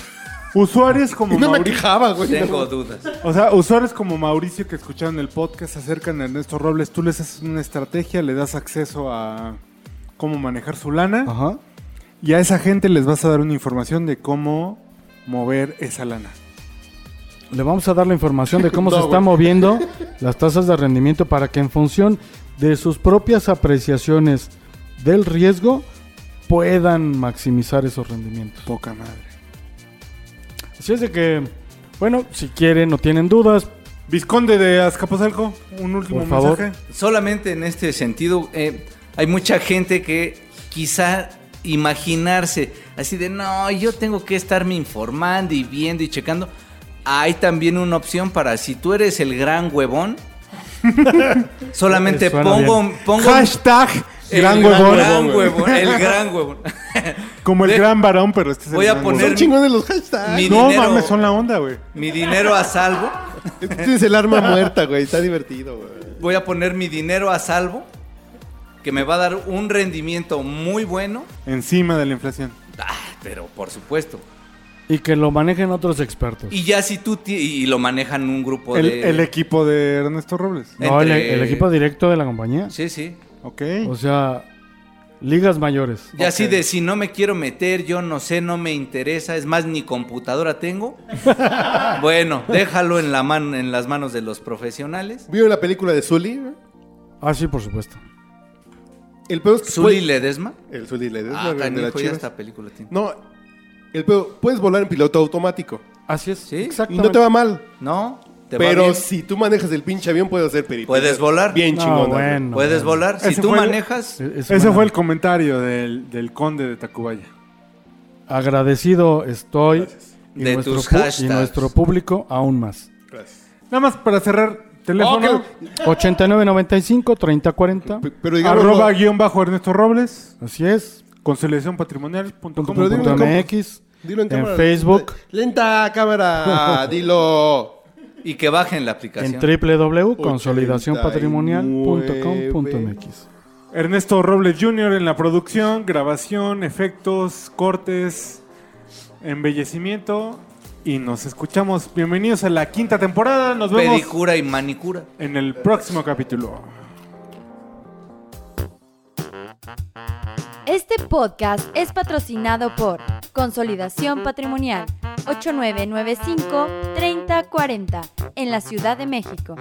B: usuarios como
C: Y no me
B: Mauricio-
C: quejaba, Ah, güey.
E: Tengo dudas.
B: O sea, usuarios como Mauricio que escucharon el podcast se acercan a Ernesto Robles, tú les haces una estrategia, le das acceso a cómo manejar su lana
D: Ajá.
B: y a esa gente les vas a dar una información de cómo mover esa lana.
D: Le vamos a dar la información de cómo
C: No,
D: se están
C: güey.
D: moviendo las tasas de rendimiento para que en función de sus propias apreciaciones del riesgo puedan maximizar esos rendimientos.
B: Poca madre.
D: Así es de que, bueno, si quieren o tienen dudas,
B: Vizconde de Azcapotzalco, un último
D: Por favor.
B: mensaje.
E: Solamente en este sentido, eh, hay mucha gente que quizá imaginarse así de, no, yo tengo que estarme informando y viendo y checando. Hay también una opción para si tú eres el gran huevón, solamente
D: eh, Suena
E: pongo,
D: bien.
E: pongo
B: Hashtag
E: el
B: gran huevón.
E: gran huevón, el gran huevón.
B: Como el
E: Ve-
B: gran varón, pero este es el
E: Voy a
B: gran
E: poner-
C: Son
B: huevón.
C: chingones los hashtags.
E: Mi
B: No
E: dinero-
B: mames, son la onda, güey.
E: Mi dinero a salvo.
C: Este es el arma muerta, güey. Está divertido, güey.
E: Voy a poner mi dinero a salvo, que me va a dar un rendimiento muy bueno,
B: Encima de la inflación.
E: pero por supuesto.
D: y que lo manejen otros expertos.
E: Y ya si tú ti- y lo manejan un grupo
B: El,
E: de
B: el equipo de Ernesto Robles.
D: No, el-
E: entre-
D: el, equipo directo de la compañía.
E: Sí, sí.
B: Ok.
D: O sea, ligas mayores.
E: Ya así de si no me quiero meter, yo no sé, no me interesa, es más ni computadora tengo. bueno, déjalo en la mano en las manos de los profesionales.
C: ¿Vieron la película de Zully? güey?
D: Ah, sí, por supuesto.
C: El pedo es que
E: Zully
C: puede-
E: Ledesma.
C: El Zully le
E: Ah,
C: de Pues, la
E: canijo, ya
C: Chivas.
E: esta película tiene.
C: No, el pedo, puedes volar en piloto automático.
D: Así es.
E: Sí.
C: Y
D: Exactamente.
C: no te va mal.
E: No, te va
C: Pero
E: bien.
C: si tú manejas el pinche avión, puedes hacer peripecias.
E: Puedes volar.
C: Bien
D: No,
C: chingón.
D: bueno.
E: Puedes volar. Si
B: Ese
E: tú
B: fue el-
E: manejas,
D: Es- es
B: Ese
D: una-
B: fue el comentario del, del conde de Tacubaya.
D: Agradecido estoy y,
E: De
D: nuestro
E: tus
D: pu- y
E: hashtags.
D: nuestro público aún más.
B: Nada más para cerrar, teléfono,
C: Ok.
D: 8995-3040.
C: Pero digamos.
B: arroba guión bajo Ernesto Robles,
D: Así es.
B: conciliacionpatrimonial.com.
C: Pero dime
D: punto
C: cómo-
D: MX,
C: dilo en, cámara.
D: Facebook,
C: Lenta cámara. Dilo.
E: y que bajen la
D: en
E: aplicación.
D: www.consolidacionpatrimonial.com.mx.
B: Ernesto Robles Jr. en la producción, grabación, efectos, cortes, embellecimiento. Y nos escuchamos. Bienvenidos a la quinta temporada. Nos vemos
E: Pedicura y manicura.
B: en el próximo capítulo.
A: Este podcast es patrocinado por Consolidación Patrimonial 8995-3040 en la Ciudad de México.